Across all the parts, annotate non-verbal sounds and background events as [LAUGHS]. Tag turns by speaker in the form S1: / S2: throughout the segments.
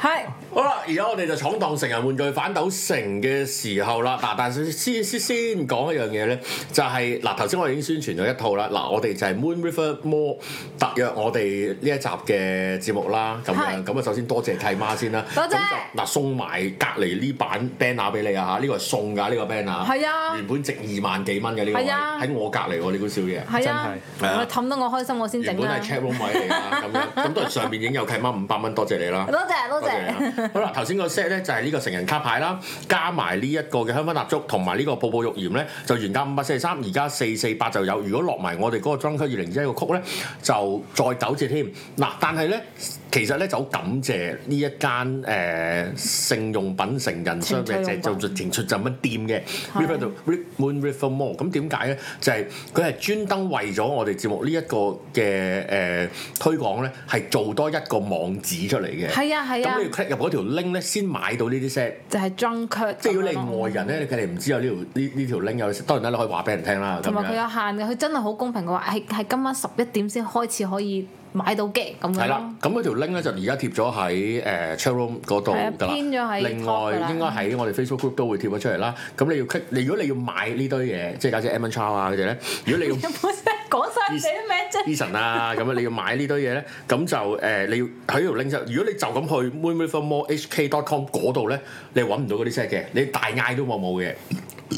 S1: 係
S2: 好啦，而家我哋就闖蕩成人玩具反斗城嘅時候啦。嗱，但係先先先講一樣嘢咧，就係、嗱，頭先我哋已經宣傳咗一套啦。嗱，我哋就係 Moon River Mall 特約我哋呢一集嘅節目啦。咁樣
S1: 係
S2: 咁啊，首先多謝契媽先啦。
S1: 多謝
S2: 咁就嗱，送埋隔離呢版 banner 俾你啊嚇，呢個係送㗎，呢個 banner。
S1: 係啊
S2: 原本值二萬幾蚊嘅呢個位，
S1: 係啊
S2: 喺我隔離喎，呢罐宵夜。
S1: 係啊，
S2: 真係
S1: 我氹得我開心我先
S2: 原
S1: 整
S2: 本
S1: 啊
S2: 係！chat room 位嚟啦，咁樣咁當然上邊已經有契媽五百蚊，多謝你啦。
S1: 多謝多
S2: 多
S1: 謝，
S2: 謝啊 [LAUGHS] 好啦，頭先個 set 咧就係呢個成人卡牌啦，加埋呢一個嘅香薰蠟燭同埋呢個泡泡浴鹽咧，就原價五百四十三，而家四四八就有。如果落埋我哋嗰個 Drunk 二零一個曲咧，就再九折添。嗱，但係咧，其實咧就好感謝呢一間誒、呃性用品成人商嘅
S1: 情趣用
S2: 就
S1: 品
S2: 就就情趣浸乜店嘅
S1: 係
S2: River Re- Moon River Mall。咁點解咧？就係佢係專登為咗我哋節目呢一個嘅誒、呃推廣咧，係做多一個網址出嚟嘅。
S1: 係啊係啊
S2: 咁你要 click 入嗰條 link 咧，先買到呢啲 set。
S1: 就係 drunk
S2: 即係如果你係外人
S1: 哦
S2: 咧，佢哋唔知有呢條呢呢條 link 有，當然啦，你可以話俾人聽啦。咁
S1: 同埋啊佢
S2: 樣
S1: 有限嘅，佢真係好公平嘅話，係哎係今晚十一點先開始可以買到機咁
S2: 係
S1: 樣
S2: 啦
S1: 咯。，
S2: 咁嗰條 link 咧就而家貼咗喺誒 chat room 嗰度
S1: 係啊
S2: 㗎啦。
S1: 編咗喺 top
S2: 另
S1: 㗎
S2: 外
S1: 啦
S2: 應該喺我哋 Facebook group 都會貼咗出嚟啦。咁你要 click，你如果你要買呢堆嘢，即係假設 M N Chow 啊佢哋咧，如果你要
S1: 有冇聲講晒你啲名啫？
S2: Eason 啊，咁樣你要買呢堆嘢咧，咁就誒、呃你要喺條 link 出。如果你就咁去 m o o n r i v e r m o r e h k c o m 嗰度咧，你揾唔到嗰啲 set 嘅，你大嗌都冇冇嘅。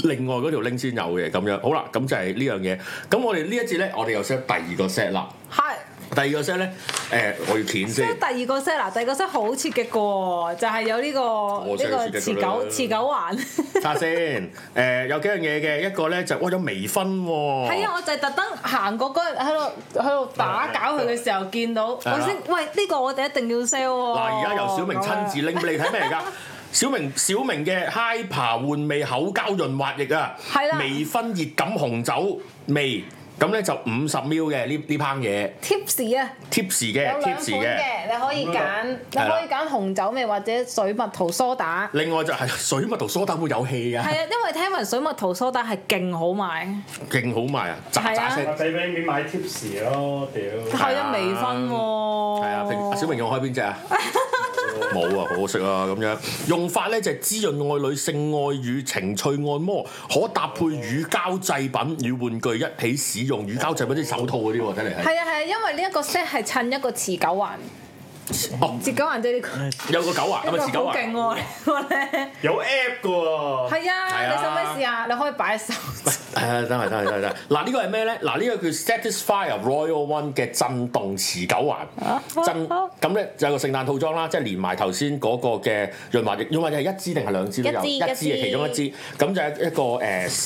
S2: 另外嗰條 link 先有嘅咁樣，好啦，咁就係呢樣嘢。咁我哋呢一節咧，我哋又 set 第二個 set 啦。
S1: 係。
S2: 第二個 set 咧，誒、我要剪
S1: 即 [LAUGHS]
S2: 先。
S1: 係第二個 set 嗱，第二個 set 好刺激嘅喎，就係有呢個
S2: 我真
S1: 呢
S2: 係
S1: 個
S2: 刺激
S1: 持
S2: 㗎啦
S1: 久持久環。
S2: 睇下先，誒、有幾樣嘢嘅，一個咧就哇有微分喎、
S1: 係啊，我就係特登行過嗰日喺度喺度打攪佢嘅時候，見到我
S2: 係啦
S1: 先喂呢個我哋一定要 sell 喎。
S2: 嗱，而家由小明親自拎俾你睇咩
S1: 哦
S2: 嚟㗎？小明小明嘅 Hyper 換味口膠潤滑液啊，
S1: 係啦
S2: 微分熱感紅酒味，咁咧就五十 ml 嘅呢呢烹嘢
S1: tips 啊，
S2: ，tips
S1: 有
S2: 嘅
S1: 兩款
S2: tips 嘅。嗯
S1: 嘅，你可以揀，你
S2: 係啦
S1: 可以揀紅酒味或者水蜜桃梳打。
S2: 另外就係水蜜桃梳打會有氣啊
S1: 係，啊，因為聽聞水蜜桃梳打係勁好賣，
S2: 勁好賣啊，喳喳
S1: 係
S2: 聲。
S3: 仔俾面買 tips 咯，屌！
S1: 係啊，微分喎。
S2: 係啊，
S1: 哦
S2: 平小明用開
S1: [LAUGHS]
S2: 邊只啊？冇啊，好好食啊咁樣。用法咧就係滋潤愛女性愛與情趣按摩，可搭配乳膠製品與玩具一起使用。乳膠製品即係手套嗰啲喎，睇嚟係。
S1: 係啊係啊，因為呢一個 set 係襯一個持久環，
S2: 哦，
S1: 持久環即係呢個。
S2: [LAUGHS] 有個九啊，咁
S1: 呢
S2: 咪
S1: 個
S2: 持久
S1: 好
S2: 啊。
S1: 勁喎！呢個咧
S3: 有 app 噶喎，
S1: 係啊，
S2: 係啊
S1: 你使唔使試下？你可以擺喺手指。
S2: 係啊，真係真係真係真係。嗱呢個係咩咧？嗱呢個叫 Satisfyer Royal One 嘅震動持久環，
S1: [LAUGHS]
S2: 震咁咧就有個聖誕套裝啦，即係連埋頭先嗰個嘅潤滑液，潤滑液係一支定係兩支都有，
S1: 一
S2: 一
S1: 支
S2: 支
S1: 一支
S2: 嘅其中一支，咁就係一個誒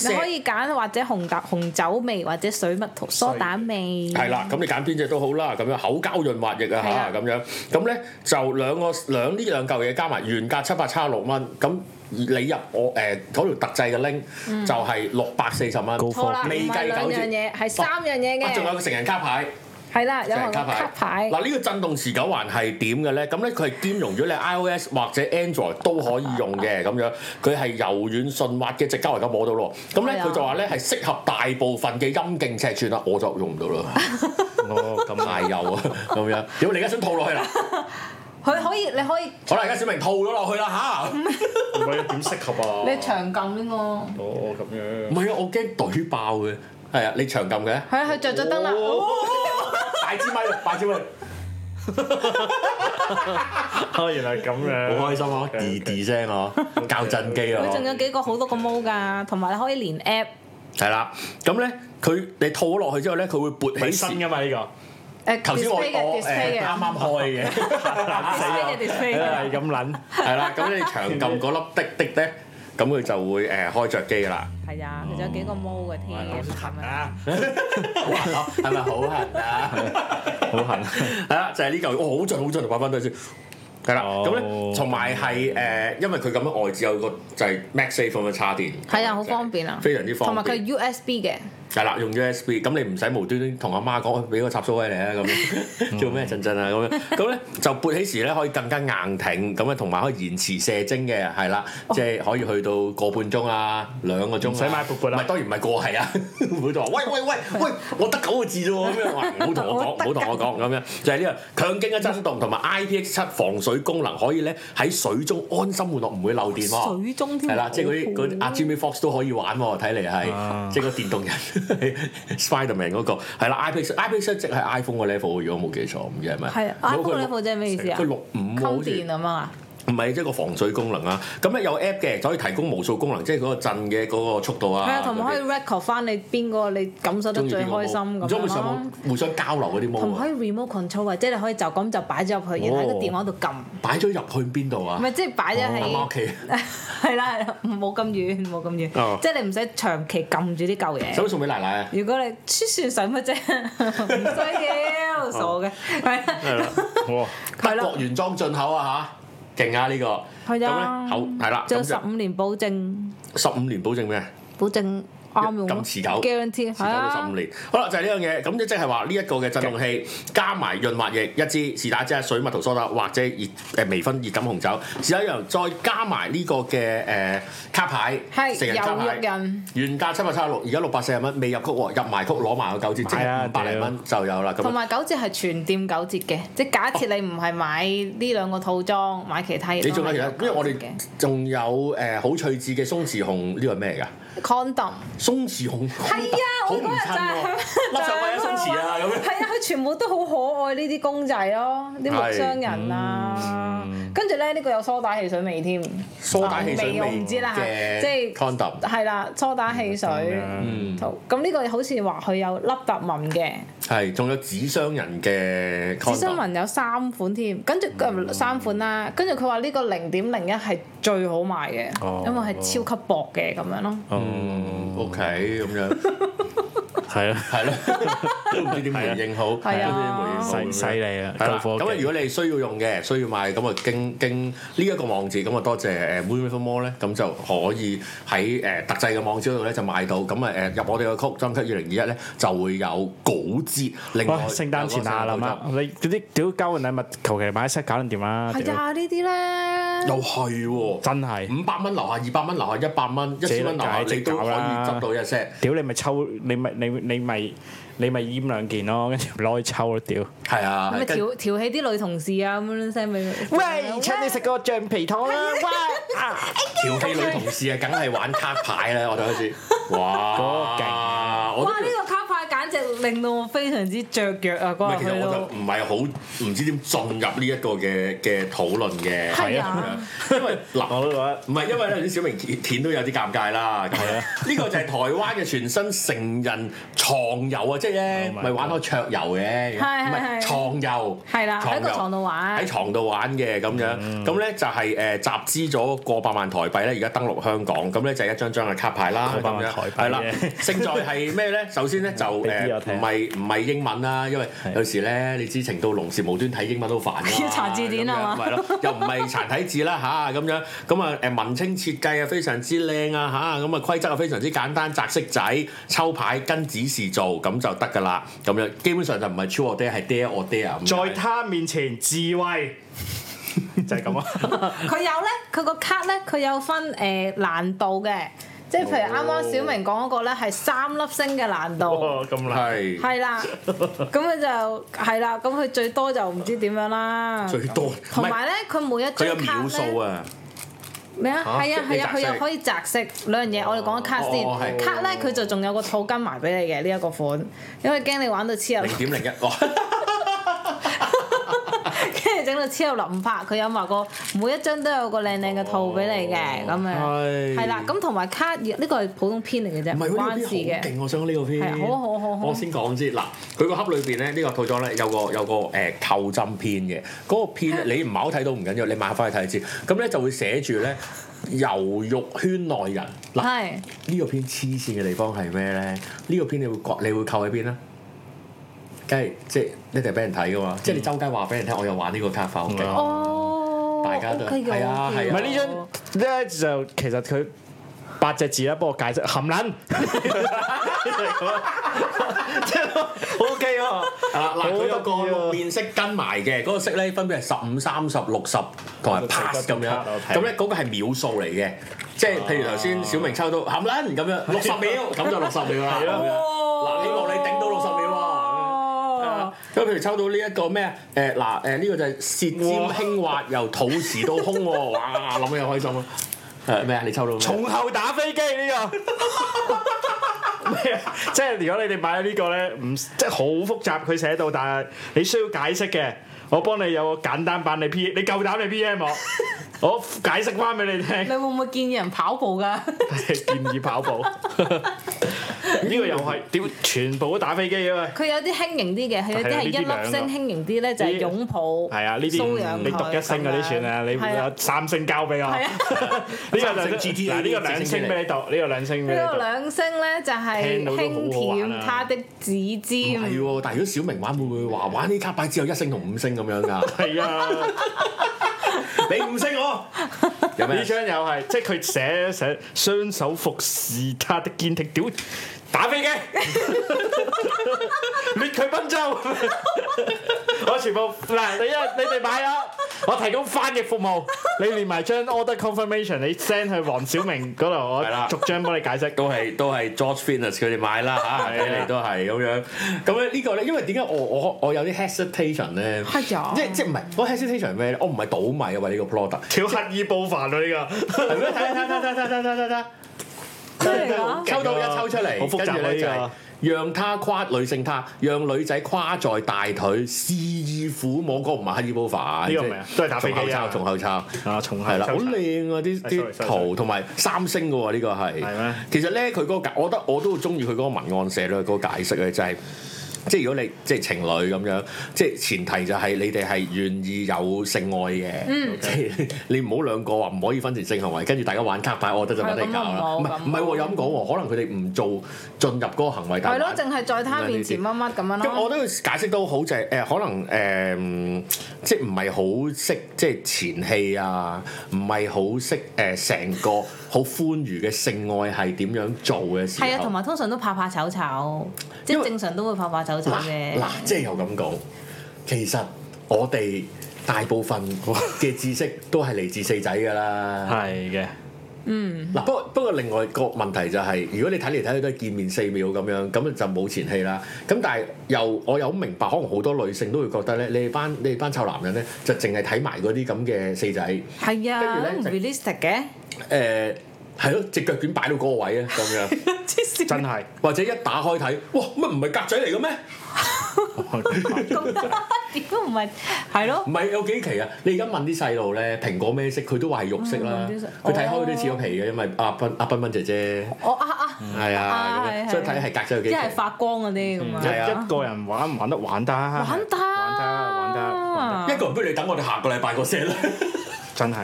S1: 你可
S2: set。
S1: 以揀或者紅豆紅酒味或者水蜜桃梳打味。
S2: 係啦，咁你揀邊只都好啦，咁樣口膠潤滑液
S1: 嗯係啊
S2: 啊嚇，咁樣咁咧就兩個兩呢兩嚿嘢加埋原價七百七十六蚊，咁你入我誒嗰條特製嘅 link 就係六百四十蚊，
S1: 錯嗯啦，唔
S2: 未
S1: 係
S2: 計
S1: 兩
S2: 九折
S1: 樣。嘢，係三樣嘢
S2: 啊，仲有
S1: 嘅。
S2: 個成人卡牌，
S1: 係啦，有
S2: 成人
S1: 個
S2: 卡
S1: 卡牌
S2: 牌。。嗱，呢個震動持久環係點嘅咧？咁咧佢係兼容咗你 iOS 或者 Android 都可以用嘅咁樣，佢係柔軟順滑嘅直交嚟咁摸到咯。咁
S1: 係
S2: 咧
S1: 啊
S2: 佢就話咧係適合大部分嘅陰莖尺寸啦，我就用唔到啦，
S3: [LAUGHS] 哦咁
S2: 太幼啊咁樣。屌你而家想套落去啦？
S1: 佢可以，你可以，
S2: 好啦，而家小明套咗落去啦
S1: 嗯
S2: 吓，
S3: 唔係點適合啊？
S1: 你長撳呢個。
S3: 哦咁
S2: 唔
S3: 樣，
S2: 係啊，我驚懟爆嘅。係啊，你長撳
S3: [LAUGHS]
S2: 嘅，
S1: 係啊，佢着咗燈啦。
S2: 哦大支咪，大支咪，
S3: 哦原來咁樣，
S2: 好開心啊，滴
S3: OK，OK
S2: 滴聲啊，較震機啊
S1: 佢。仲有幾個好多個毛㗎，同埋你可以連 app。
S2: 係啦，咁咧佢你套咗落去之後咧，佢會撥
S3: 睇
S2: 起
S3: 新
S2: 時。
S3: 噶嘛呢個，
S1: 誒
S2: 頭先我
S1: display 嘅
S2: 我誒
S1: display
S2: 啱
S1: 嘅
S2: 啱開嘅，
S1: [LAUGHS] display 嘅 display 嘅。
S2: 啊
S3: 係咁撚，
S2: 係啦，咁你長撳嗰粒滴滴咧，咁佢就會誒開着機啦。
S1: 係啊，佢仲有幾個毛嘅添。
S2: 哦
S3: 痕啊！
S2: 好痕咯，係咪好痕 [LAUGHS] 啊？
S3: 好痕，
S2: 係啦，就係呢嚿，我好盡好盡，擺翻低先。係啦，
S3: 哦
S2: 咁咧同埋係誒，因為佢咁樣外置有個就係 MagSafe 咁樣插電，
S1: 係啊，好方便啊。
S2: 非常之
S1: 同
S2: 方
S1: 埋佢
S2: 便。
S1: 係 USB 嘅，
S2: 係啦，用 USB，咁你唔使無端端同阿媽講，喂俾個插蘇威你啊，咁樣
S3: 嗯
S2: 做咩陣陣啊，咁樣，咁咧就撥起時咧可以更加硬挺，咁啊同埋可以延遲射精嘅，係啦，即係可以去到個半鐘啊，兩個鐘啊，
S3: 哦唔使買撥撥啦
S2: 唔係當然唔係個係啊， [LAUGHS] 唔會同我喂喂喂喂，我得九個字啫喎，咁樣，喂唔
S3: [LAUGHS]
S2: 好同我講，唔好同我講咁樣，就係呢個強勁嘅震動同埋 IPX 七防水功能，可以咧喺水中安心玩樂，唔會漏電喎。
S1: 水中添，
S2: 哦係啦，即係嗰啲嗰啲
S1: 啊
S2: 啊阿 Jimmy Fox 都可以玩喎，睇嚟係
S3: 啊
S2: 即係個電動人 [LAUGHS] Spiderman 嗰個係啦，iPad iPad 即係 iPhone 個 level，如果冇記錯，唔知係咪？
S1: 係啊
S2: 如果佢
S1: iPhone
S2: 六
S1: level 即係咩意思啊
S2: 佢六五喎好
S1: 溝
S2: 似
S1: 電。咁啊，
S2: 唔係即係個防水功能啊，咁咧有 app 嘅，就可以提供無數功能，即係嗰個震嘅嗰個速度啊，
S1: 係啊，同埋可以 record 翻你邊個你感受得
S2: 中意
S1: 最
S2: 邊個
S1: 開心咁
S2: 毛唔知可唔可以
S1: 樣
S2: 上
S1: 咯
S2: 網。互相交流嗰啲
S1: 同埋
S2: 毛
S1: 可
S2: 啊
S1: 以 remote control 啊，即係你可以就咁就擺咗入去，然後喺個
S3: 哦
S1: 電話度撳，
S2: 擺咗入去邊度啊
S1: 唔？係即係擺咗
S2: 阿媽屋
S1: 喺
S2: 企，
S1: [LAUGHS] 係啦係啦，唔冇咁遠冇咁
S2: 哦
S1: 遠，即係你唔使長期撳住啲舊嘢
S2: 使唔。使送俾奶奶啊？
S1: 如果你黐線使乜啫？唔使嘅，傻
S2: 哦
S1: 嘅，係啊啦。
S3: 係啦，哇！
S1: 係
S2: 德
S1: 咯
S2: 國原裝進口啊嚇，勁啊呢個！咁
S1: 係啊
S2: 咧口係啦，
S1: 仲有
S2: 咁
S1: 十
S2: 就
S1: 五年保證，
S2: 十五年保證咩？
S1: 保證啱用咯
S2: 咁持久
S1: guarantee
S2: 持
S1: 係
S2: 久到
S1: 啊
S2: 十五。年。好啦，就係呢樣嘢。咁即即係話呢一個嘅震動器加埋潤滑液一支，是但即係水蜜桃梳打或者熱誒微分熱感紅酒，是但一樣再加埋呢個嘅誒卡牌，
S1: 係
S2: 成人卡
S1: 有肉
S2: 牌。
S1: 人，
S2: 原價七百七十六，而家六百四十蚊，未入曲喎，入埋曲攞埋個九折，即
S3: 買
S2: 係
S3: 啊
S2: 五百零蚊就有啦。咁啊
S1: 同
S2: 樣
S1: 埋九折係全店九折嘅，即係假設你唔係買呢兩個套裝，買其他嘢
S2: 你
S1: 都
S2: 仲有
S1: 係
S2: 其
S1: 有九
S2: 他
S1: 折嘅。？
S2: 因為我哋仲有誒好趣致嘅鬆弛紅呢個係咩嚟㗎？
S1: condom
S2: 鬆弛紅
S1: 係啊，
S2: 好
S1: 我
S2: 唔
S1: 嗰日就
S2: 襯
S1: 係
S2: 喎
S1: 向，
S2: 甩手位
S1: [LAUGHS]
S2: 啊
S1: 就係
S2: 鬆弛
S1: [LAUGHS]
S2: 啊咁樣。
S1: 係啊，佢全部都好可愛呢啲公仔咯，啲木箱人啊，跟住咧呢個有梳打汽水味添，
S2: 嗯
S1: 啊
S2: 梳打汽水味
S1: 我唔知啦嚇
S2: 嘅
S1: 即係
S2: condom
S1: 係啦，梳打汽水，
S3: 嗯
S1: 好咁呢個好似話佢有凹凸紋嘅，
S2: 係，仲有紙箱人嘅 condom 嗯
S1: 紙箱紋有三款添，跟住佢三款啦，跟住佢話呢個零點零一係最好賣嘅，
S3: 哦
S1: 因為係超級薄嘅咁樣咯。
S2: 嗯，OK 咁樣，
S3: 係啊，
S2: 係
S3: [LAUGHS]
S2: 咯，都唔知點回應好，
S1: 係啊
S2: 都唔知點回
S3: 犀
S2: 應
S3: 犀
S2: 好。
S3: 利啊！
S2: 係啦，
S3: 夠科
S2: 咁啊，
S3: 技
S2: 如果你需要用嘅，需要買，咁啊經經呢一個網址，咁啊多謝誒 m o v i e for More 咧，咁就可以喺誒特製嘅網址嗰度咧就買到，咁啊誒入我哋嘅曲針級二零二一咧就會有稿折，另
S3: 哇
S2: 外！
S3: 聖誕
S2: 有
S3: 前啊，
S2: 個聖誕
S3: 林啊
S2: 稿，
S3: 你嗰啲屌交換禮物，求其買一 set 搞掂掂啦，
S1: 係
S3: 屌
S1: 啊，呢啲咧
S2: 執又係喎，
S3: 真係。
S2: 五百蚊樓下，二百蚊樓下，一百蚊，一
S3: 自己
S2: 千蚊樓下，
S3: 解
S2: 你
S3: 決
S2: 都可以
S3: 搞啦
S2: 執到一 set。
S3: 屌你咪抽，你咪你你咪你咪閹兩件 [LAUGHS] 咯，跟住攞去抽咯，屌！
S2: 係啊，
S1: 咁咪
S2: 跟
S1: 調調起啲女同事啊，咁樣 send 俾佢。
S3: 個橡皮糖啦，哇！啊
S2: [LAUGHS] 調戲女同事啊，梗係玩卡牌啦！我哋開始，哇，
S3: 嗰個勁
S2: 勁！我都
S1: 哇！呢個卡牌簡直令到我非常之雀躍啊！
S2: 唔
S1: 嗰
S2: 係，
S1: 日
S2: 其
S1: 去
S2: 實我
S1: 到
S2: 就唔係好唔知點進入呢一個嘅嘅討論嘅，
S1: 係啊
S2: 咁樣，因為嗱，
S3: 我都覺得
S2: 唔係，因為咧，啲小明舔舔都有啲尷尬啦。咁
S1: 啊
S2: 樣呢個就係台灣嘅全新成人床遊啊，即係咧
S3: Oh my
S2: 咪玩開桌遊
S1: 係
S2: 嘅，唔
S1: 係
S2: 係
S1: 係
S2: 床遊，
S1: 係啦
S2: 啊床
S1: 喺個
S2: 遊
S1: 床度玩
S2: 喺床度玩嘅咁樣。
S3: 嗯
S2: 咁咧就係誒集資咗過百萬台幣咧，而家登陸香港。咁咧就係一張張嘅卡牌啦，
S3: 過百
S2: 咁
S3: 萬
S2: 樣
S3: 台幣
S2: 係啦
S3: 啫。
S2: 勝在係咩
S3: [LAUGHS]
S2: 咧？首先咧就誒
S3: 俾啲我
S2: 唔
S3: 睇
S2: 係唔係英文啦，因為有時咧你知情到濃時無端睇英文都煩㗎嘛
S1: [LAUGHS] 要查字典
S2: 咁樣
S1: 啊嘛
S2: 係咯，又唔係殘體字啦吓，咁樣咁啊誒文青設計啊非常之靚啊吓，咁啊規則啊非常之簡單，擲色仔、抽牌、跟指示做咁就得㗎啦，咁樣基本上就唔係 true or dare 係 dare or dare 咁
S3: 在
S2: 樣。
S3: 他面前智慧 [LAUGHS] 就係咁啊！ [LAUGHS]
S1: 佢有咧，佢個卡咧，佢有分誒難度嘅，即係譬如啱啱小明講嗰個咧係三粒星嘅難度，
S3: 哦哇咁難，
S2: 係
S1: 係啦，咁佢就係啦，咁佢最多就唔知點樣啦。
S2: 最多，唔
S1: 啊同
S2: 係
S1: 埋咧，佢每一
S2: 佢有
S1: 張卡
S2: 秒數
S1: 咧，
S2: 啊，
S1: 咩啊？
S2: 嚇
S1: 係啊
S2: 即
S1: 係
S2: 係
S1: 啊，佢
S2: 你擲
S1: 又
S2: 色
S1: 可以擲色兩樣嘢。我哋講卡先
S2: 哦哦係，
S1: 卡咧佢就仲有個套巾埋俾你嘅呢一個款，因為驚你玩到黐入
S2: 零點零一哦，
S1: 跟住整到超林拍，佢有埋個每一張都有個靚靚嘅 [LAUGHS] 套俾你
S3: 哦
S1: 嘅咁
S2: 哦係
S1: 樣，係啦。咁同埋卡呢個係普通編嚟嘅啫，
S2: 唔係
S1: 唔
S2: 喎
S1: 關
S2: 呢
S1: 事
S2: 個片好
S1: 嘅。
S2: 勁，我想講呢個
S1: 係
S2: 片
S1: 啊，好好好好
S2: 我先講先嗱，佢個盒裏邊咧呢個套裝咧有個有個誒扣針片嘅，嗰個片你唔係好睇到唔緊要，你買翻去睇先。咁咧就會寫住咧遊肉圈內人
S3: 哦
S2: 嗱，
S1: 係
S2: 呢個片黐線嘅地方係咩咧？呢個片你會割你會扣喺邊咧？梗係即係一定係俾人睇噶嘛，即係你周街話俾人聽，我有玩呢個卡法，好勁
S3: 嗯
S1: 哦，
S2: 大家都
S1: OK 嘅
S2: 係啊
S1: OK 嘅
S2: 係
S3: 唔係呢張咧就其實佢。八隻字啦，幫我解釋含撚， [LAUGHS] 啊即係 OK
S2: 係
S3: 喎，
S2: 啦，嗱，佢有個
S3: 好得意啊
S2: 六面色跟埋嘅，嗰、個色咧分別係十五、三十、六十同埋 pass 咁樣。咁咧嗰個係秒數嚟嘅，即係譬如頭先小明抽到含撚咁樣，六十秒啊 [LAUGHS] 咁就六十秒啦。啊
S3: 係咯
S2: 嗱，希望你頂到六十秒喎。
S3: 哦
S2: 咁譬如抽到呢一個咩啊？誒嗱誒呢個就係舌尖輕滑，由肚時到胸喎，哇諗起又開心 [LAUGHS] 啊！誒咩啊？你抽到咩
S3: 從後打飛機呢、個。 [LAUGHS] 咩啊即係如果你哋買咗呢個咧，唔即係好複雜，佢寫到，但係你需要解釋嘅。我幫你有個簡單版，你 P，你夠膽你 P M [LAUGHS] 我，我解釋翻俾你聽
S1: 你。會唔會建議人跑步㗎？ [LAUGHS]
S3: 建議跑 [LAUGHS] 步，呢個又係屌，全部都打飛機啊嘛！
S1: 佢有啲輕盈啲嘅，佢有啲係一粒星輕盈啲咧，就係擁抱。
S3: 係啊，
S1: 搔
S3: 呢
S1: 癢
S3: 啲
S1: 佢
S3: 你讀一星嗰啲算啦，
S1: 咁樣係啊
S3: 你三星交俾我。
S1: 係
S3: 呢
S1: 啊，
S3: 個就
S2: 三星 GT
S3: 嗱，呢個兩星俾你讀，呢個兩星俾
S1: 呢個
S3: 你讀。
S1: 兩星咧就係
S3: 聽到都
S1: 輕
S3: 好好玩
S1: 舔
S3: 啊
S1: 他的指尖。
S2: 係喎，但係如果小明玩會唔會話玩呢卡牌只有一星同五星咁樣 [LAUGHS] 㗎？
S3: 係啊。
S2: 你五星 [LAUGHS] 我有
S3: 呢
S2: 咩？
S3: 張又係，即係佢寫寫雙手服侍他的堅挺，屌打飛機，滅佢賓州，我全部嗱，你一你哋買啊，我提供翻譯服務，你連埋張 order confirmation，你 send 去黃小明嗰度，
S2: 係啦
S3: 我逐張幫你解釋。
S2: 都係都係 George Fitness 佢哋買
S3: [LAUGHS]
S2: 啦嚇，
S3: 係啊
S2: 睇嚟都係咁樣。咁咧呢個咧，因為點解我我我有啲 hesitation 咧？
S1: 係啊
S2: 即即唔係我 hesitation 係咩咧？我唔係倒米啊，為呢個 product
S3: 跳乞衣煲飯啊！呢個係咩？睇睇睇睇睇睇睇睇睇，
S1: 咩嚟㗎？
S2: 抽到一抽出嚟，
S3: 啊好複雜啊
S2: 跟住咧就係
S3: 呢
S2: 讓他跨女性他，讓女仔跨在大腿，肆意撫摸嗰個唔係乞衣煲飯，
S3: 呢個唔係啊都係打飛機啊
S2: 從後抄，從後抄。
S3: 啊，重
S2: 係啦，好
S3: 抽查
S2: 靚啊！啲
S3: 哎
S2: 啲
S3: sorry, sorry,
S2: 圖同埋三星嘅喎，呢個係。
S3: 係咩
S2: 其實咧，佢嗰個解，我覺得我都中意佢嗰個文案寫咧，嗰個解釋咧就係、即係如果你即係情侶咁樣，即係前提就係你哋係願意有性愛嘅，
S1: 嗯
S2: 即係 [LAUGHS] 你唔好兩個話唔可以分前性行為，跟住大家玩卡牌，我覺得就揾你搞
S1: 係咁
S2: 啦。
S1: 啊
S2: 唔
S1: 唔
S2: 係
S1: 好
S2: 唔係喎，有咁講喎，可能佢哋唔做進入嗰個行為，但
S1: 係
S2: 係
S1: 咯，
S2: 玩
S1: 淨係在他面前乜乜咁樣
S2: 咁我
S1: 咯。
S2: 都解釋都好就係、誒、可能誒、嗯即係唔係好識即係前戲啊，唔係好識誒成個好寬裕嘅性愛係點樣做嘅時候。
S1: 係啊，同埋通常都怕怕醜醜，即
S2: 因
S1: 係
S2: 為
S1: 正常都會怕怕醜醜
S2: 嗱
S1: 嘅。
S2: 嗱，即係又咁講，其實我哋大部分嘅知識都係嚟自四仔㗎啦。
S3: 係嘅，
S2: 嗱，不過不過另外個問題就係、如果你睇嚟睇去都係見面四秒咁樣，咁就冇前戲啦。咁但係又我又好明白，可能好多女性都會覺得咧，你哋班你哋班臭男人咧，就淨係睇埋嗰啲咁嘅四仔，誒
S1: 係啊，都
S2: 跟
S1: 唔
S2: 住
S1: realistic 嘅，
S2: 係咯，只腳卷擺到嗰個位啊咁
S1: [LAUGHS]
S2: 樣，
S1: 黐線
S3: 真係。
S2: 或者一打開睇，哇乜唔係格仔嚟嘅咩？
S1: 咁得，點都唔係係咯
S2: 唔。係有幾奇啊！你而家問啲細路咧，蘋果咩色，佢都話係肉色啦
S1: 嗯，
S2: 佢睇開嗰啲似咗皮嘅，因為阿斌阿斌斌姐姐
S1: 我啊啊，
S2: 係啊
S1: 啊，
S2: 咁樣
S1: 係
S2: 所以睇係格仔有幾
S1: 一
S2: 奇。
S1: 係發光嗰啲咁
S2: 係啊
S1: 啊。
S3: 嗯一個人玩唔玩得玩得？玩
S1: 玩得，
S3: 玩得，玩得，玩得，
S1: 啊
S2: 一個人不如你等我哋下個禮拜個 set 啦。
S3: 真係。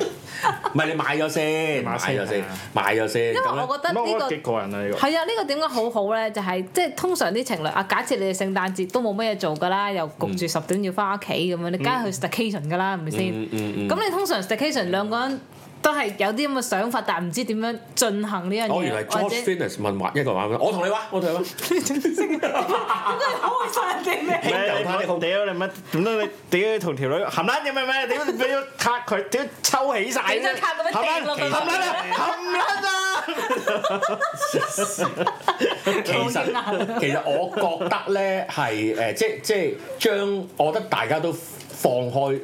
S2: 唔係你買咗先，買
S3: 買
S2: 咗
S3: 先
S2: 先
S3: 係啊，
S2: 買咗先。
S1: 因為
S2: 咁咧
S1: 我覺得
S3: 唔
S1: 呢
S3: 係我
S1: 個
S3: 覺得幾過癮啊！呢個
S1: 係啊，呢個點解好好咧？就係即係通常啲情侶啊，假設你哋聖誕節都冇乜嘢做㗎啦，又焗住十點要翻屋企咁樣，你梗係去 station 㗎啦，係咪先？
S2: 嗯嗯嗯
S1: 咁你通常 station 兩個人都係有啲咁嘅想法，但係唔知點樣進行呢樣
S2: 哦我原來
S1: 嘢，或者
S2: George Finnis 問話一個玩，我同你玩，我同你
S1: [LAUGHS]
S2: 玩。
S1: 好曬人哋咩？
S2: 兄弟拍得好
S3: 屌你乜？點解你屌同條女含撚咁嘅咩？屌你俾咗卡佢，屌抽起晒
S1: 俾張卡咁樣
S3: 含
S1: 掟
S3: 撚
S1: 落去
S3: 含撚啊！含撚啊！
S2: 其實其實我覺得咧係誒，即即將我覺得大家都放開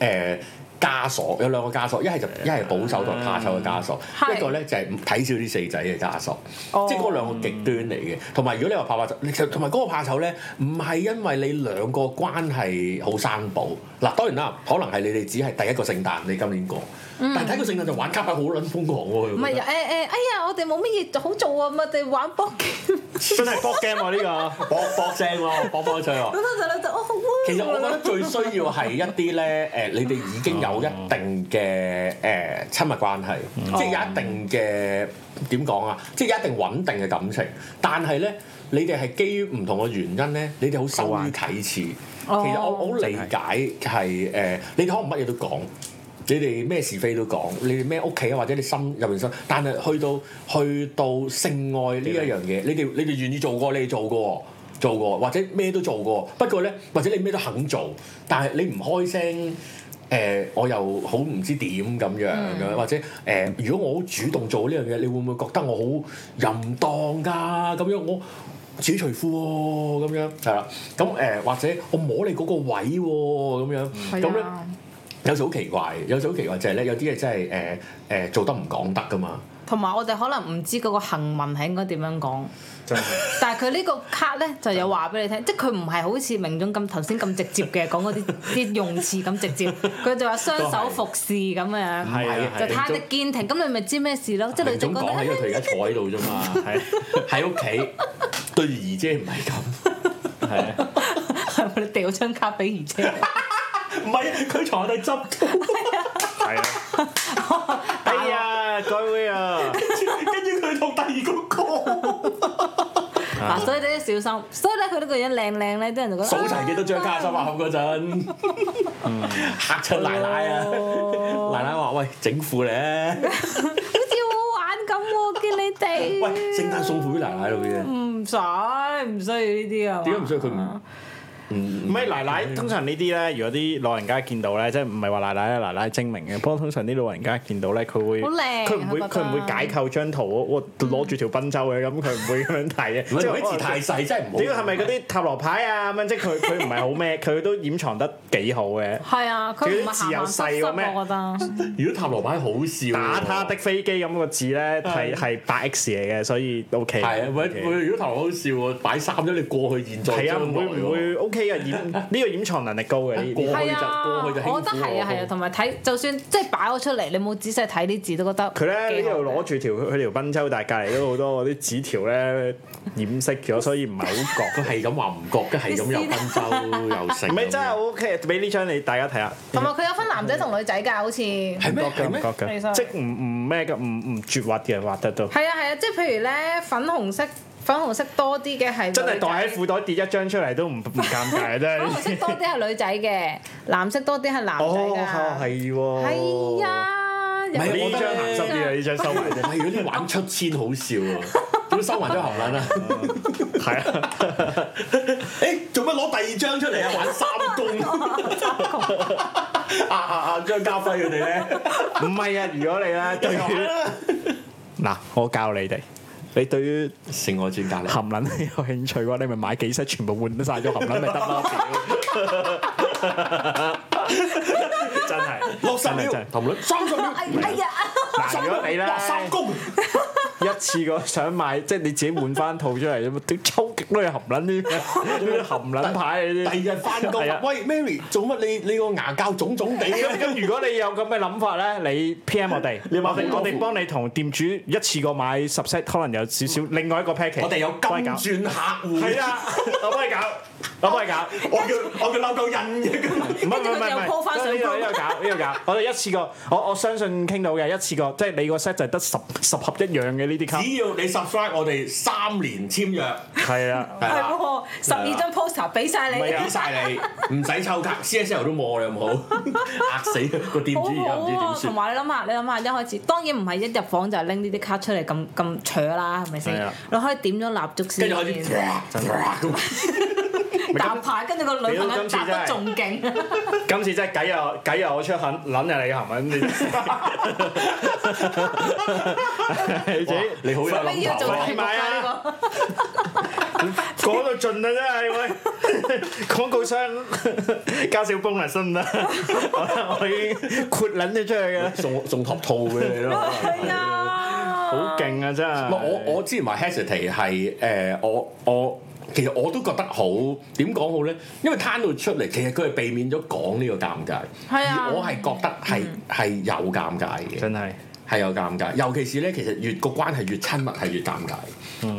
S2: 誒。枷鎖有兩個枷鎖，一係就一係保守同埋怕醜嘅枷鎖，
S1: 嗯係
S2: 一個咧就係睇少啲四仔嘅枷鎖，
S1: 哦
S2: 即係嗰兩個極端嚟嘅。同埋如果你話怕怕醜，你其實同埋嗰個怕醜咧，唔係因為你兩個關係好生保嗱，當然啦，可能係你哋只係第一個聖誕你今年過，但係睇個聖誕就玩卡牌好撚瘋狂喎。
S1: 唔係誒誒，哎呀！我哋冇乜嘢好做啊，咪我哋玩啊波 game。
S3: 真係 b game 喎呢
S2: 搏搏聲喎，搏搏聲喎
S1: 咁。我就諗就哦，好啊
S2: 其實我覺得最需要係一啲咧，誒、你哋已經有一定嘅誒、親密關係，即係有一定嘅點講啊，即係有一定穩定嘅感情。但係咧，你哋係基於唔同嘅原因咧，你哋好羞於啟齒。
S1: 哦
S2: 其實我我好理解係誒、你哋可能乜嘢都講。你哋咩是非都講，你哋咩屋企啊，或者你心入面心，但係去到去到性愛呢一樣嘢，你哋你哋願意做過，你哋做過喎，做過或者咩都做過，不過咧，或者你咩都肯做，但係你唔開聲。誒、我又好唔知點咁樣咁樣，或者誒、如果我好主動做呢樣嘢，你會唔會覺得我好淫蕩㗎？咁樣我自己除褲喎、咁樣係啦。咁誒、或者我摸你嗰個位喎、咁樣咁咧。
S1: 啊，
S2: 有時好奇怪，有時好奇怪就係咧，有啲嘢真係誒誒做得唔講得噶嘛。
S1: 同埋我哋可能唔知嗰個行文係應該點樣講，
S3: 真係
S1: 但係佢呢個卡咧就有話俾你聽，即係佢唔係好似明總咁頭先咁直接嘅講嗰啲啲用詞咁直接，佢就話雙手服侍咁樣，
S3: 係啊係啊
S1: 就攤得堅挺，咁你咪知咩事咯？即係
S2: 明
S1: 女仔
S2: 總
S1: 覺
S2: 講啊
S1: [LAUGHS]
S2: 係因為
S1: 得
S2: 佢而家坐喺度啫嘛，
S3: 係
S2: 喺屋企對住姨姐唔係咁，
S3: 係啊，
S1: 係 [LAUGHS] 咪你掉張卡俾姨姐？啊
S2: 唔係佢坐低執，
S3: 係啊，
S1: [LAUGHS]
S3: 哎呀，改會啊，
S2: 跟住佢同第二個講，
S1: 嗱，所以你都小心。所以咧，佢呢個樣靚靚咧，啲人就覺得
S2: 數齊幾多張卡心啊嗰陣，嚇親奶奶啊！奶奶話：喂，整褲咧，
S1: 啊好似好玩咁喎，見你哋。
S2: [LAUGHS] 喂，聖誕送褲俾奶奶咯，嘅。
S1: 唔使，唔需要呢啲啊。
S2: 點解唔需要佢唔？
S3: 唔係奶
S2: 嗯
S3: 奶，通常呢啲咧，如果啲老人家見到咧，即係唔係話奶奶咧，奶奶精明嘅，不過通常啲老人家見到咧，佢會
S1: 好
S2: 啊
S1: 靚
S3: 佢唔
S1: 佢
S3: 會
S1: 覺
S3: 佢
S1: 得
S3: 唔會解構張圖，我我攞住條賓州嘅，咁佢唔會咁樣睇
S2: 嗯
S3: 嘅，啊
S2: 唔係
S3: 即係
S2: 佢字太細，真係唔好。
S3: 呢個係咪嗰啲塔羅牌啊咁樣？即係
S2: [LAUGHS]
S3: 佢佢唔係好咩，佢都掩藏得幾好嘅。
S1: 係啊，佢唔係鹹鹹濕濕，我覺得。
S2: 如果塔羅牌好笑喎，
S3: 打他的飛機咁個字咧係係八 X 嚟嘅，所以 O K。
S2: 嗯係啊，喂喂，如果頭好笑喎，擺衫咗你過去現在
S3: 係啊，
S2: 將
S3: 唔
S2: 來
S3: 會
S2: 喎
S3: 唔會 O K 嘅掩呢個掩藏能力高嘅呢
S2: 過
S3: 啲，
S2: 去
S1: 係
S2: 就
S1: 啊，
S2: 過去就
S1: 我覺得係啊係啊，同埋睇就算即係擺咗出嚟，你冇仔細睇啲字都覺得
S3: 佢咧
S1: 幾
S3: 呢
S1: 好
S3: 度攞住條佢條賓州，但係隔離都好多嗰啲紙條咧掩飾咗，所以唔係
S2: [LAUGHS]
S3: 好覺。
S2: 佢係咁話唔覺，跟係咁又賓州又成。
S3: 唔係真係 O K，俾呢張你大家睇下，
S1: 同埋佢有分男仔同女仔㗎，好似係
S2: 係咩？
S3: 覺
S2: 係
S3: 唔
S2: 咩
S3: 覺？
S1: 係
S3: 嘅，
S1: sorry
S3: 即係唔唔咩嘅，唔唔絕滑嘅畫得到。
S1: 啊係啊，即係譬如咧粉紅色粉紅色多啲嘅係
S3: 真係袋喺
S1: 女仔
S3: 褲袋跌一張出嚟都唔唔尷
S1: [LAUGHS]
S3: 尬真
S1: 粉紅色
S3: 係。
S1: 哦多啲係女仔嘅，藍色多啲係男仔㗎。
S3: 哦，係喎。
S1: 係。啊，有
S2: 唔係
S3: 呢
S2: 我覺
S3: 張
S2: 得
S3: 鹹濕啲啊，呢張收埋啫。
S2: 喂，如果你玩出千好笑喎，點收埋咗含
S3: [LAUGHS]
S2: 撚啊？
S3: 係啊，
S2: 誒，做乜攞第二張出嚟啊？玩三
S3: [LAUGHS]
S2: 公啊啊啊！張家輝佢哋咧，
S3: 唔係啊，如果你咧對於嗱，我教你哋。你對於
S2: 性愛專家嚟，
S3: 含撚有興趣嘅話，你咪買幾 set 全部換晒咗含撚咪得
S2: [LAUGHS]
S3: 咯。真係
S2: 六十秒
S3: 真係，
S2: 含撚三十秒，
S1: 哎哎呀！
S3: 嗱，如果你咧
S2: 哇三公。
S3: 一次過想買，即係你自己換翻套出嚟咁，屌抽極都係含撚
S2: [LAUGHS]
S3: 呢啲呢啲含撚牌呢啲。
S2: 第二日翻工
S3: 係啊，
S2: 喂 Mary，做乜你你個牙膠腫腫地
S3: 咁
S2: 嘅？
S3: 咁，如果你有咁嘅諗法咧，你 P.M 我哋，
S2: 你買
S3: 我哋
S2: 多
S3: 我哋幫你同店主一次過買十 set，可能有少少另外一個 package。
S2: 我哋有
S3: 幫你搞
S2: 金鑽客户。
S3: 係啊，我幫你搞，我幫你搞。
S2: 我叫我叫嬲夠印嘅
S3: [LAUGHS] 唔係唔係
S1: 跟住
S3: 唔
S1: 佢又
S3: 係，
S1: call 返上
S3: 呢度
S1: group
S3: 呢度搞呢度搞，我哋一次過，我我相信傾到嘅，一次過，即係你個 set 就係得十十盒一樣嘅呢啲卡。
S2: 只要你 subscribe 我哋三年簽約，
S3: 係啊，
S2: 係
S1: 係
S2: 啦，啊
S1: 喎，十二張 poster 俾晒你，
S2: 俾晒你，唔使抽卡，CSL 都冇你有冇？嚇死個店
S1: 好
S2: 主而家唔知
S1: 好
S2: 點
S1: 啊！同
S2: 算。
S1: 埋你諗下，你諗下一開始，當然唔係一入房就拎呢啲卡出嚟咁咁扯啦，係咪
S3: 係
S1: 先
S3: 啊？
S1: 你可以點咗蠟燭
S2: 跟住開
S1: 先，
S2: 始哇哇咁，
S1: 搭牌，跟住個女朋友搭得仲勁，
S3: 今次真係計啊計啊，我出肯撚人你嘅行為， [LAUGHS] 你自
S2: 哇
S3: 己
S2: 你好有
S1: [LAUGHS] 咁你要
S2: 諗
S1: 做
S2: 頭啊
S1: 題！目㗎呢個。
S3: 講到盡啦真係，喂！廣告商加少 bonus 得唔得？ [LAUGHS] 我我已經豁撚咗出去嘅啦，
S2: 送送托套俾你咯。
S1: 係啊，
S3: 好勁啊真係。
S2: 唔係我我之前話 hesitate 係誒我我。其實我都覺得好點講好咧，因為攤到出嚟，其實佢係避免咗講呢個尷尬，
S1: 係啊嗯
S2: 而我係覺得係係有尷尬嘅。
S3: 真係
S2: 係有尷尬，尤其是咧，其實越個關係越親密係越尷尬，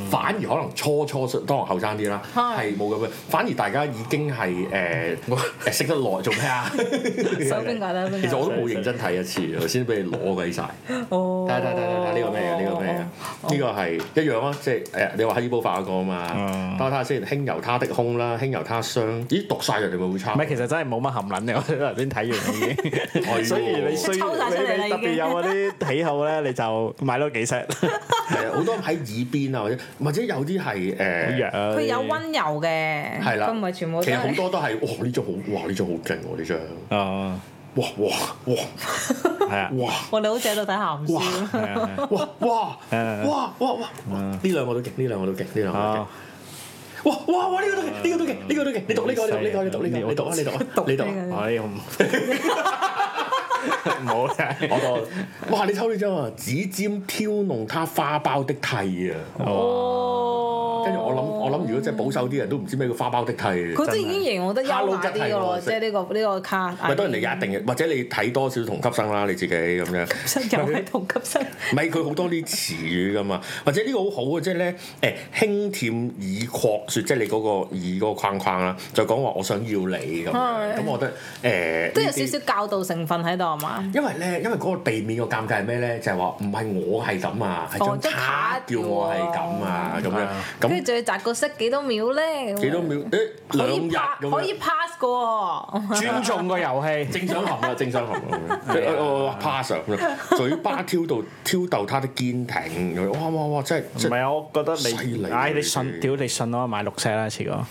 S2: 反而可能初初當然後生啲啦，
S1: 嗯係
S2: 係冇咁樣，反而大家已經係
S1: [LAUGHS]
S2: 誒誒識得耐做咩啊？
S1: 手邊個啦，
S2: 其
S1: 邊
S2: 實我
S1: 個？
S2: 都冇認真睇一次，頭先俾你攞鬼晒。
S1: 哦，
S2: 睇睇睇睇睇呢個咩啊？呢個咩啊？
S3: 哦
S2: 呢個係一樣啊！即係誒，你話黑衣煲飯嗰個啊嘛
S3: 嗯。
S2: 等我睇下先，輕柔他的胸啦，輕柔他傷。咦，讀晒人哋咪會差
S3: 唔？係，其實真係冇乜含撚嘅，我 [LAUGHS] 哋頭先睇 [LAUGHS] 完已經。
S2: 係
S3: 所以
S2: 喎
S3: 你需要
S1: 抽晒出嚟啦
S3: 你你特別有嗰啲喜好咧，你就買多幾 set。
S2: 係啊好多喺耳邊啊，或者或者有啲係
S1: [LAUGHS]
S2: 誒，
S1: 佢
S3: 佢
S1: 有温柔嘅，
S2: 係啦
S1: 佢唔係全部都
S2: 其實好
S1: 係。
S2: 多都係哇呢張好哇呢張好勁喎呢張，
S3: 哦， [LAUGHS]
S2: 哇哇哇
S3: 係啊，
S2: 哇
S1: 我哋好似喺度睇鹹
S2: 哇
S1: 書。
S3: 係啊係啊，
S2: 哇哇
S3: 誒
S2: 哇哇哇！呢兩個都勁，呢兩個都勁，呢兩個都勁
S3: 嗯哦。
S2: 哇哇哇！呢個都勁，呢個都勁，呢個都勁。你讀呢個，你讀呢個，你讀呢個，你讀啊，你讀啊，你讀啊。
S3: 我呢個唔 [LAUGHS] 冇啦。
S2: 我個 [LAUGHS] 哇！你抽呢張啊，指尖挑弄他花苞的蒂啊！
S1: 哦，
S2: 跟住我諗，我諗如果即係保守啲人都唔知咩叫花苞的蒂。
S1: 佢都已經形容得優雅啲嘅咯，即係呢個呢個卡。
S2: 咪當然你有一定嘅，或者你睇多少同級生啦，你自己咁樣。
S1: 又係同級生，
S2: 唔係佢好多啲詞語噶嘛，或者呢個好好嘅，即係咧誒輕舔耳廓説，即係你嗰個耳嗰個框框啦，就講話我想要你咁樣。
S1: 係
S2: 咁我覺得誒
S1: 都有
S2: 呢
S1: 少
S2: 啲
S1: 少教導成分喺度係嘛？
S2: 因為咧，因為嗰個地面個尷尬係咩咧？就係話唔係我係咁啊，係
S1: 哦
S2: 張卡叫我係咁啊，咁樣
S1: 跟
S2: 咁
S1: 住仲要擲個色幾多秒咧？
S2: 幾多秒？誒
S1: 哦可
S2: 兩
S1: 以
S2: 日
S1: pass
S2: 咁
S1: 可以
S2: 樣，
S1: pass 嘅喎。
S3: 尊重個遊戲。
S2: 正想含啊，正想含啊，咁樣我我 pass [LAUGHS] 啊咁樣，嘴巴挑到挑逗他的堅挺咁樣，哇哇哇！真係
S3: 唔
S2: 真係
S3: 係，我覺得
S2: 犀利
S3: 你，
S2: 啊
S3: 唉，
S2: 你
S3: 你信，屌你信我買六 set 啦，次個。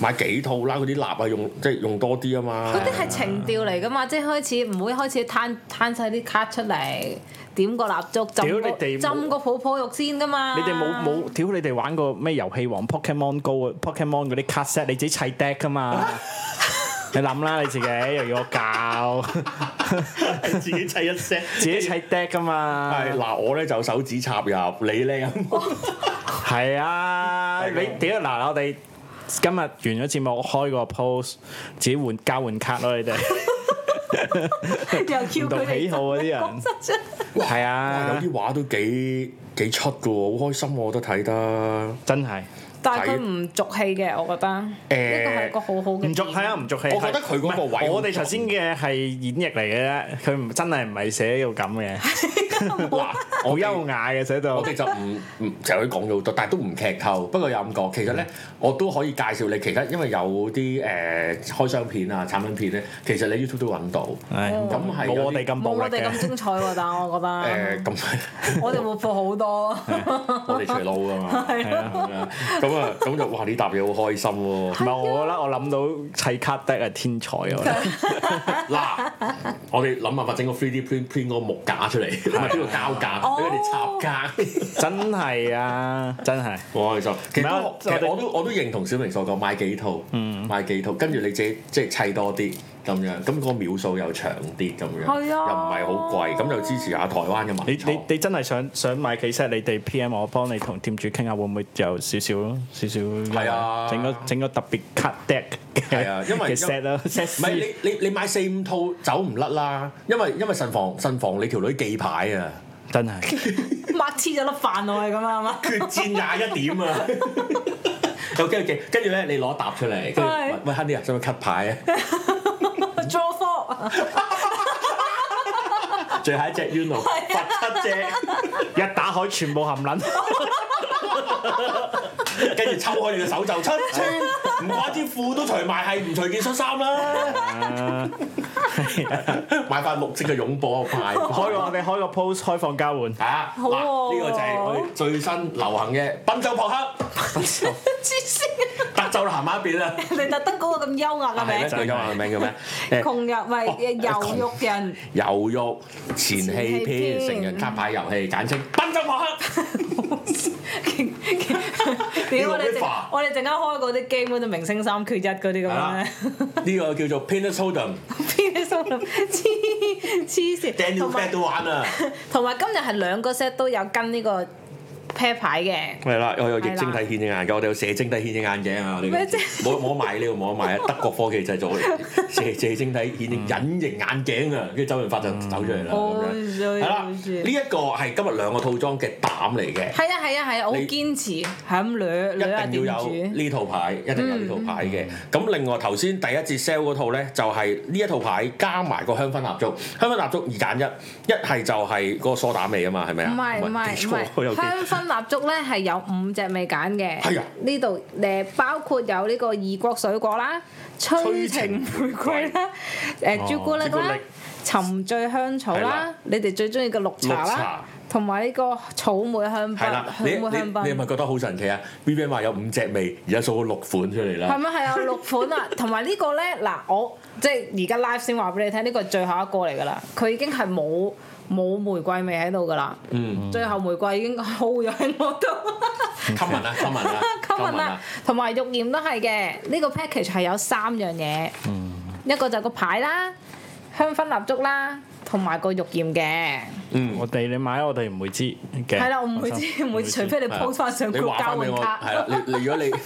S2: 買幾套啦，嗰啲蠟啊用即係用多啲啊嘛
S1: 嗰。啲係情調嚟噶嘛，即係開始唔會開始攤攤曬啲卡出嚟，點個蠟燭，
S3: 屌
S1: 浸
S3: 你
S1: 個
S3: 哋冇
S1: 浸個泡泡浴先噶嘛。
S3: 你哋冇冇屌你哋玩過咩遊戲王 Pokemon Go 啊 Pokemon 嗰啲 card set 你自己砌 deck 噶嘛？你諗啦，你自己又要我教，
S2: 自己砌一 set，
S3: 自己砌 deck 噶嘛？
S2: 係嗱，我咧就手指插入，你咧
S3: 係啊，
S2: 係
S3: 你屌嗱，我哋今日完咗節目，我開個 post，自己換交換卡咯，你哋
S1: [LAUGHS] 又叫佢
S3: 唔同
S1: 哋
S3: 喜好嗰啲人，係
S2: 哇 [LAUGHS]
S3: 啊
S2: 有，啲畫都幾幾出㗎喎，好開心喎我覺得睇得。
S3: 真係
S1: 但係佢唔俗氣嘅，我覺得呢個係一個好好嘅。
S3: 唔俗係啊，唔俗氣。
S2: 我覺得佢嗰個位
S3: 唔係我哋
S2: 好
S3: 頭先嘅係演繹嚟嘅啫，佢唔真係唔係寫到咁嘅，
S2: 嗱，
S3: 好優雅嘅寫到
S2: 我。哋就唔唔成日都講咗好多，但係都唔劇透。不過有咁講，其實咧
S3: 嗯
S2: 我都可以介紹你其他，因為有啲誒、呃、開箱片啊、產品片咧，其實你 YouTube 都揾到。
S3: 唉，
S1: 哦
S3: 咁
S2: 啊
S3: 係啊冇我哋咁
S1: 冇
S3: 暴
S1: 我
S3: 力
S1: 哋咁
S3: 嘅，
S1: 精彩喎，但係我覺得
S2: 誒
S1: [LAUGHS]
S2: 咁， [LAUGHS]
S1: 我哋活潑好多。
S2: 我哋隨路啊嘛，
S3: 係啊。
S2: 咁啊咁啊咁就哇！呢搭嘢好開心喎、
S1: 啊
S3: 唔係我覺得我諗到砌卡得係天才啊！我覺
S1: [LAUGHS]
S3: 得
S2: 嗱，我哋諗辦法整個 3D print print 嗰個木架
S3: [LAUGHS]
S2: 出嚟，啊唔係呢個膠架，
S1: 哦
S2: 俾佢哋插架，
S3: 真係啊，真係
S2: 好開心。其實都
S3: 唔係
S2: 其實
S3: 我
S2: 我都我都認同小明所講，買幾套，買幾套，跟住你自己即係砌多啲咁樣，咁個秒數又長啲咁樣，
S1: 係
S2: 又唔
S1: 啊
S2: 係好貴，咁就支持下台灣嘅文
S3: 你你
S2: 創。
S3: 你真係想想買幾 set？你哋 P.M 我幫你同店主傾下，會唔會有少少咯？少少係
S2: 啊
S3: 整個整個特別 cut deck 嘅
S2: 係啊因為
S3: 嘅 set 啦，set
S2: 唔係你你你買四五套走唔甩啦，因為因為慎防慎防你條女記牌啊，
S3: 真係
S2: [LAUGHS]
S1: 抹黐咗粒飯落去咁啊係嘛？
S2: 決戰廿一點 [LAUGHS] 啊！有跟住跟住咧，你攞搭出嚟，跟住
S1: 係
S2: 喂喂，慳啲啊，使唔使 cut 牌啊？ [LAUGHS]
S1: draw four
S2: 最後一隻 Uno，罰七
S1: 啊
S2: 隻，
S3: 一打海全部含
S2: [LAUGHS]
S3: 撚，
S2: 跟住抽開你嘅手就出 [LAUGHS] 穿，唔怪之褲都除埋，係唔除件恤衫啦。買塊綠色嘅擁抱派
S3: 開個
S2: 開
S3: 我哋開個 post 開放交換，
S2: 啊！
S1: 好
S2: 嗱，
S1: 喎
S2: 呢個就係我哋最新流行嘅賓州撲克，
S1: 黐線，
S2: 德州南媽邊啦，
S1: 你特登嗰個咁優雅嘅
S2: 啊係咩？
S1: 名，
S2: 佢英文名叫咩？誒
S1: 窮人唔係油肉
S2: [LAUGHS]
S1: 人，
S2: 遊肉前戲篇成人卡牌遊戲，簡稱賓州撲克。
S1: 勁勁屌我哋
S2: 呢個咩
S1: 陣
S2: 飯
S1: 我哋陣間開嗰啲 game 嗰啲明星三缺一嗰啲咁
S2: 係
S1: 樣
S2: 啦
S1: 咧，，
S2: 呢個叫做 Penis Hold'em。
S1: [LAUGHS] 邊啲心諗黐黐線，
S2: Daniel
S1: 同
S2: Fat
S1: 埋
S2: 都玩啊！
S1: 同埋今日係兩個 set 都有跟呢個。 pair 牌嘅。
S2: 係啦，我有液晶體顯影眼鏡，我哋有射晶體顯影眼鏡啊！我哋
S1: 咩啫
S2: [LAUGHS] 冇冇得買呢個冇
S1: [LAUGHS]
S2: 得買啊！德國科技製造射射晶體顯影隱形眼鏡啊，跟住周潤發就走出嚟
S1: 嗯
S2: 啦咁
S1: 哦
S2: 樣。係啦，呢一個係今日兩個套裝嘅膽嚟嘅。
S1: 係啊係啊係啊！我好
S2: 你
S1: 堅持係咁掠
S2: 一
S1: 掠下
S2: 定
S1: 啊店
S2: 要有
S1: 主。嗯
S2: 呢套牌，一定有呢套牌嘅。咁另外頭先第一節 sell 嗰套咧，就係呢一套牌加埋個香薰蠟燭，香薰蠟燭二揀一，一係就係嗰個梳打味啊嘛，係咪啊？
S1: 唔係唔係
S2: 記
S1: 唔
S2: 錯 [LAUGHS] 我有
S1: 係，香
S2: 記
S1: 薰蠟燭咧係有五隻味揀嘅。
S2: 係啊
S1: 呢度誒包括有呢個異國水果啦、催情玫瑰啦、
S2: 哦
S1: 誒朱古力
S3: 朱古
S1: 啦
S3: 力、
S1: 沉醉香草
S2: 係
S1: 啦
S2: 啦，
S1: 你哋最中意嘅綠茶
S2: 綠
S1: 啦
S2: 茶，
S1: 同埋呢個草莓香檳、
S2: 係啦，
S1: 草
S2: 你
S1: 莓
S2: 你你
S1: 香
S2: 係
S1: 檳。
S2: 咪覺得好神奇啊？Vivian 話有五隻味，而家數咗六款出嚟
S1: 係
S2: 啦。
S1: 咪係有六款
S2: [LAUGHS]
S1: 啊？同埋呢個咧，嗱，我即係而家 live 先話俾你聽，呢個係最後一個嚟㗎啦。佢已經係冇冇玫瑰味喺度㗎啦。
S2: 嗯
S1: 最後玫瑰已經耗咗喺我
S2: [LAUGHS]
S1: 度。
S2: ，common
S1: [LAUGHS]
S2: 啊，common 啊
S1: common 啦，同埋肉鹽都係嘅。呢、個 package 係有三樣嘢，
S2: 嗯
S1: 一個就個牌啦、香薰蠟燭啦，同埋個肉鹽嘅。
S2: 嗯。
S3: 我哋你買我哋唔會知嘅。
S1: 係啦，我唔會
S3: 放
S1: 知，
S3: 心
S1: 唔會除非你 post 翻上
S2: 啊你
S1: group
S2: 話
S1: 交
S2: 翻俾
S1: 換
S2: 我係
S1: 卡
S2: 啦，。你你如 [LAUGHS] 果你交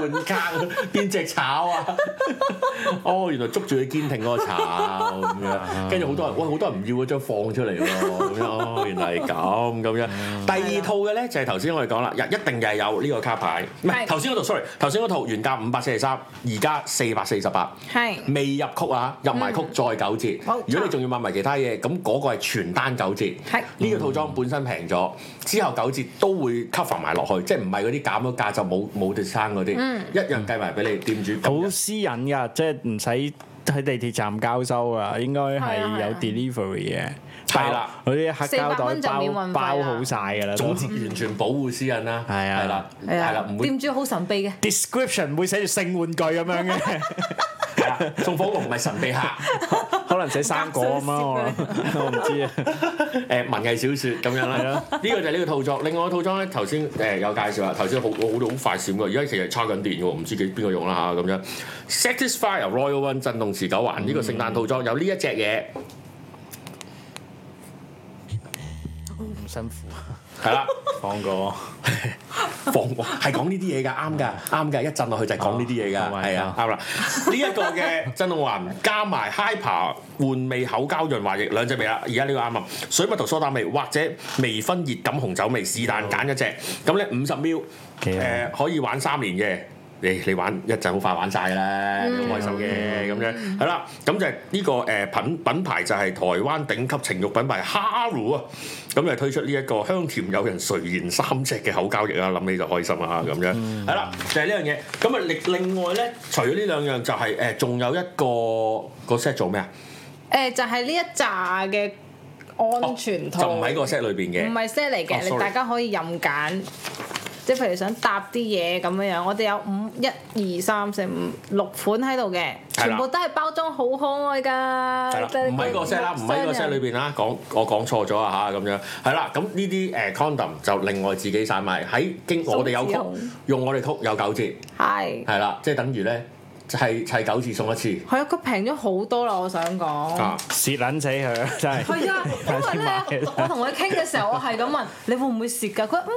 S2: 換卡邊只炒啊？ [LAUGHS] 哦，原來捉住佢堅挺嗰個炒咁
S1: 啊
S2: 樣，跟住好多人，哇！好多人唔要嗰張放出嚟咯，咁樣哦，原來係咁咁樣。
S1: 嗯
S2: 第二套嘅咧就係頭先我哋講啦，一定係有呢個卡牌，唔係
S1: 係
S2: 頭先嗰套，sorry，頭先嗰套原價五百四十三，而家四百四十八。
S1: 係
S2: 未入曲啊，入埋曲再九折。
S1: 嗯好
S2: 如果你仲要買埋其他嘢，咁嗰個係全單九折。
S1: 係
S2: 呢個套裝本身平咗，之後九折都會 cover 埋落去，即係唔係嗰啲減咗價就冇冇 discount 嗰啲，
S1: 嗯
S2: 一樣計埋俾你店主咁
S3: 好
S2: 樣。
S3: 私隱㗎，即係唔使喺地鐵站交收啊，應該係
S1: 係啊係啊
S3: 有 delivery 嘅。
S2: 係啦
S3: 包，嗰啲黑
S1: 400蚊
S3: 膠
S1: 就免
S3: 袋
S1: 運費
S3: 包
S1: 啦啊
S3: 包好晒㗎啦。
S2: 總之完全保護私隱啦，
S3: 係啊
S2: 係啦，
S1: 係
S2: 係啦
S1: 啊，，
S2: 唔會
S1: 店主好神秘嘅。
S3: description 唔會寫住性玩具咁樣嘅，
S2: 係啦送火龍唔係神秘客，
S3: [LAUGHS] 可能寫生果
S1: [LAUGHS]
S3: 咁樣我諗我唔知啊。
S2: 誒文藝小説咁樣啦。呢個就係呢個套裝，另外個套裝咧頭先誒有介紹啦，頭先好我好到好快閃㗎，而家其實差緊電嘅喎，唔知幾邊個用啦嚇咁樣。Satisfyer Royal One 震動持久環呢個聖誕套裝有呢一隻嘢。
S3: 咁辛苦，
S2: 係啦，
S3: 放過。 [LAUGHS]
S2: 防係講呢啲嘢㗎，啱㗎，啱㗎，一震落去就係講呢啲嘢
S3: 哦
S2: 㗎，係啊，啱啦。呢一個嘅震動環加埋 Hyper 換味口膠潤滑液兩隻味啦，而家呢個啱啊，水蜜桃梳打味或者微醺熱感紅酒味，是但揀一隻，咁咧五十 ml，
S3: 幾好
S2: 誒可以玩三年嘅。你你玩一陣好快玩晒㗎啦，你好開心嘅咁樣，係啦，咁就係呢個誒品品牌就係台灣頂級情慾品牌 Haru 啊，咁就推出呢一個香甜誘人垂涎三隻嘅口膠液啊，諗起就開心啦咁樣，係啦，就係呢樣嘢。咁啊，另另外咧，除咗呢兩樣就係誒，仲有一個個 set 做咩啊？
S1: 誒，就係呢一紮嘅安全套，
S2: 就唔喺個 set 裏邊
S1: 唔
S2: 嘅，
S1: 係 set 嚟
S2: 哦
S1: 嘅，你
S2: ，sorry
S1: 大家可以任揀。即係譬如想搭啲嘢咁樣樣，我哋有五一二三四五六款喺度嘅，
S2: 係啦
S1: 全部都係包裝好可愛
S2: 係
S1: 㗎
S2: 啦，，唔喺個 set 啦，唔喺個
S1: 啊
S2: set 裏邊啦，講我講錯咗啊嚇咁樣，係啦，咁呢啲誒 condom 就另外自己散賣，喺經我哋有
S1: 送之後
S2: code 用我哋 code 有九折，
S1: 係
S2: 係啦，即係等於咧砌砌九次送一次
S1: 係啊，佢平咗好多啦，我想講。
S2: 啊，
S3: 蝕撚死佢，真係。
S2: [LAUGHS]
S1: 係啊，
S3: [LAUGHS]
S1: 因為咧，我同佢傾嘅時候，我係咁問你會唔會蝕㗎？佢話嗯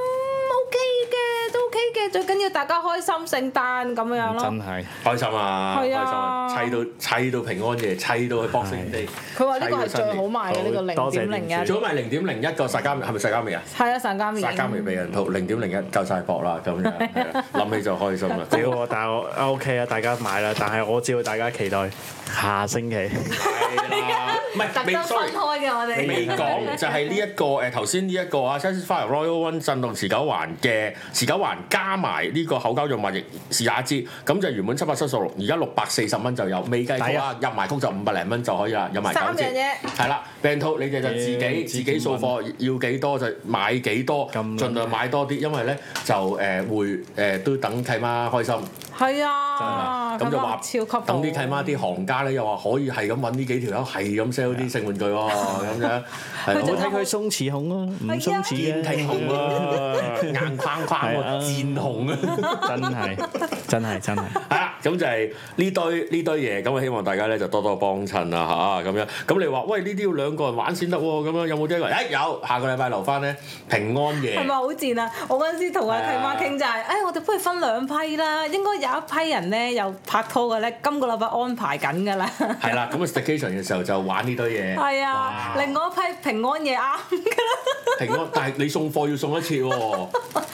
S1: OK 嘅，都 OK 嘅，最緊要大家開心聖誕咁樣咯。
S3: 真係
S2: 開心啊，開
S1: 係
S2: 心
S1: 啊
S2: 啊，砌到砌到平安夜，砌到去 boxing day，
S1: 佢話呢個係最好賣嘅呢個
S3: 多
S1: 零
S3: 謝
S1: 點零
S3: 店
S1: 一
S3: 主，
S2: 做埋零點零一個殺監，係咪殺監味啊？
S1: 係啊，散加面
S2: 殺。監味避孕套零點零一夠晒薄啦，咁樣係
S1: [LAUGHS]
S2: 啊諗起就開心啦。
S3: 屌我，但係我啊 OK 啊，大家買啦，但係我知道大家期待下星期。
S2: 係啦，唔
S1: 特
S2: 係
S1: 登
S2: 未
S1: 分
S2: sorry。
S1: 開嘅我
S2: 未
S1: 哋。
S2: 講就係呢一個誒頭先呢一個啊 s a t i s f y Royal One 震動持久環嘅持久環加埋呢個口膠潤滑液是也支，咁就原本七百七十六，而家六百四十蚊就有，未計
S3: 抵
S2: 曲
S3: 啊
S2: 啊，入埋曲就五百零蚊就可以啦，入埋九
S1: 三
S2: 折
S1: 樣。嘢，
S2: 係啦，病套你哋就自己
S3: 嗯
S2: 自己掃貨，要幾多就買幾多，
S3: 咁
S2: 盡量買多啲，因為咧就誒會誒都等契媽開心，
S1: 係啊，
S2: 咁就話
S1: 超級
S2: 等啲契媽啲行家咧又話可以係咁揾呢幾條友係咁 sell sell 啲性玩具喎，咁樣
S1: 佢
S2: 係
S1: 就
S2: 咯
S1: 係
S3: 睇佢鬆弛控啊，唔鬆弛
S2: 堅挺
S3: 嘅，
S2: 紅啊，硬框框
S3: 係啊
S2: 啊，戰紅啊！
S3: [LAUGHS] 真係真係真係。
S2: 係啦，咁就係呢堆呢堆嘢，咁啊希望大家咧就多多幫襯啦吓，咁樣。咁你話喂呢啲要兩個人玩先得喎，咁樣有冇啲一個人？誒、哎有，下個禮拜留翻咧平安夜
S1: 係。咪好賤啊？我嗰陣時同我契媽傾就係、誒、我哋不如分兩批啦，應該有一批人咧又拍拖嘅咧，今個禮拜安排緊㗎
S2: [LAUGHS]
S1: 啦。
S2: 係啦，咁啊 station 嘅時候就玩呢堆嘢。
S1: 係啊，
S2: 哇
S1: 另外一批平安夜啊
S2: [LAUGHS]
S1: 啱㗎
S2: 平安，但係你送貨要送一次喎，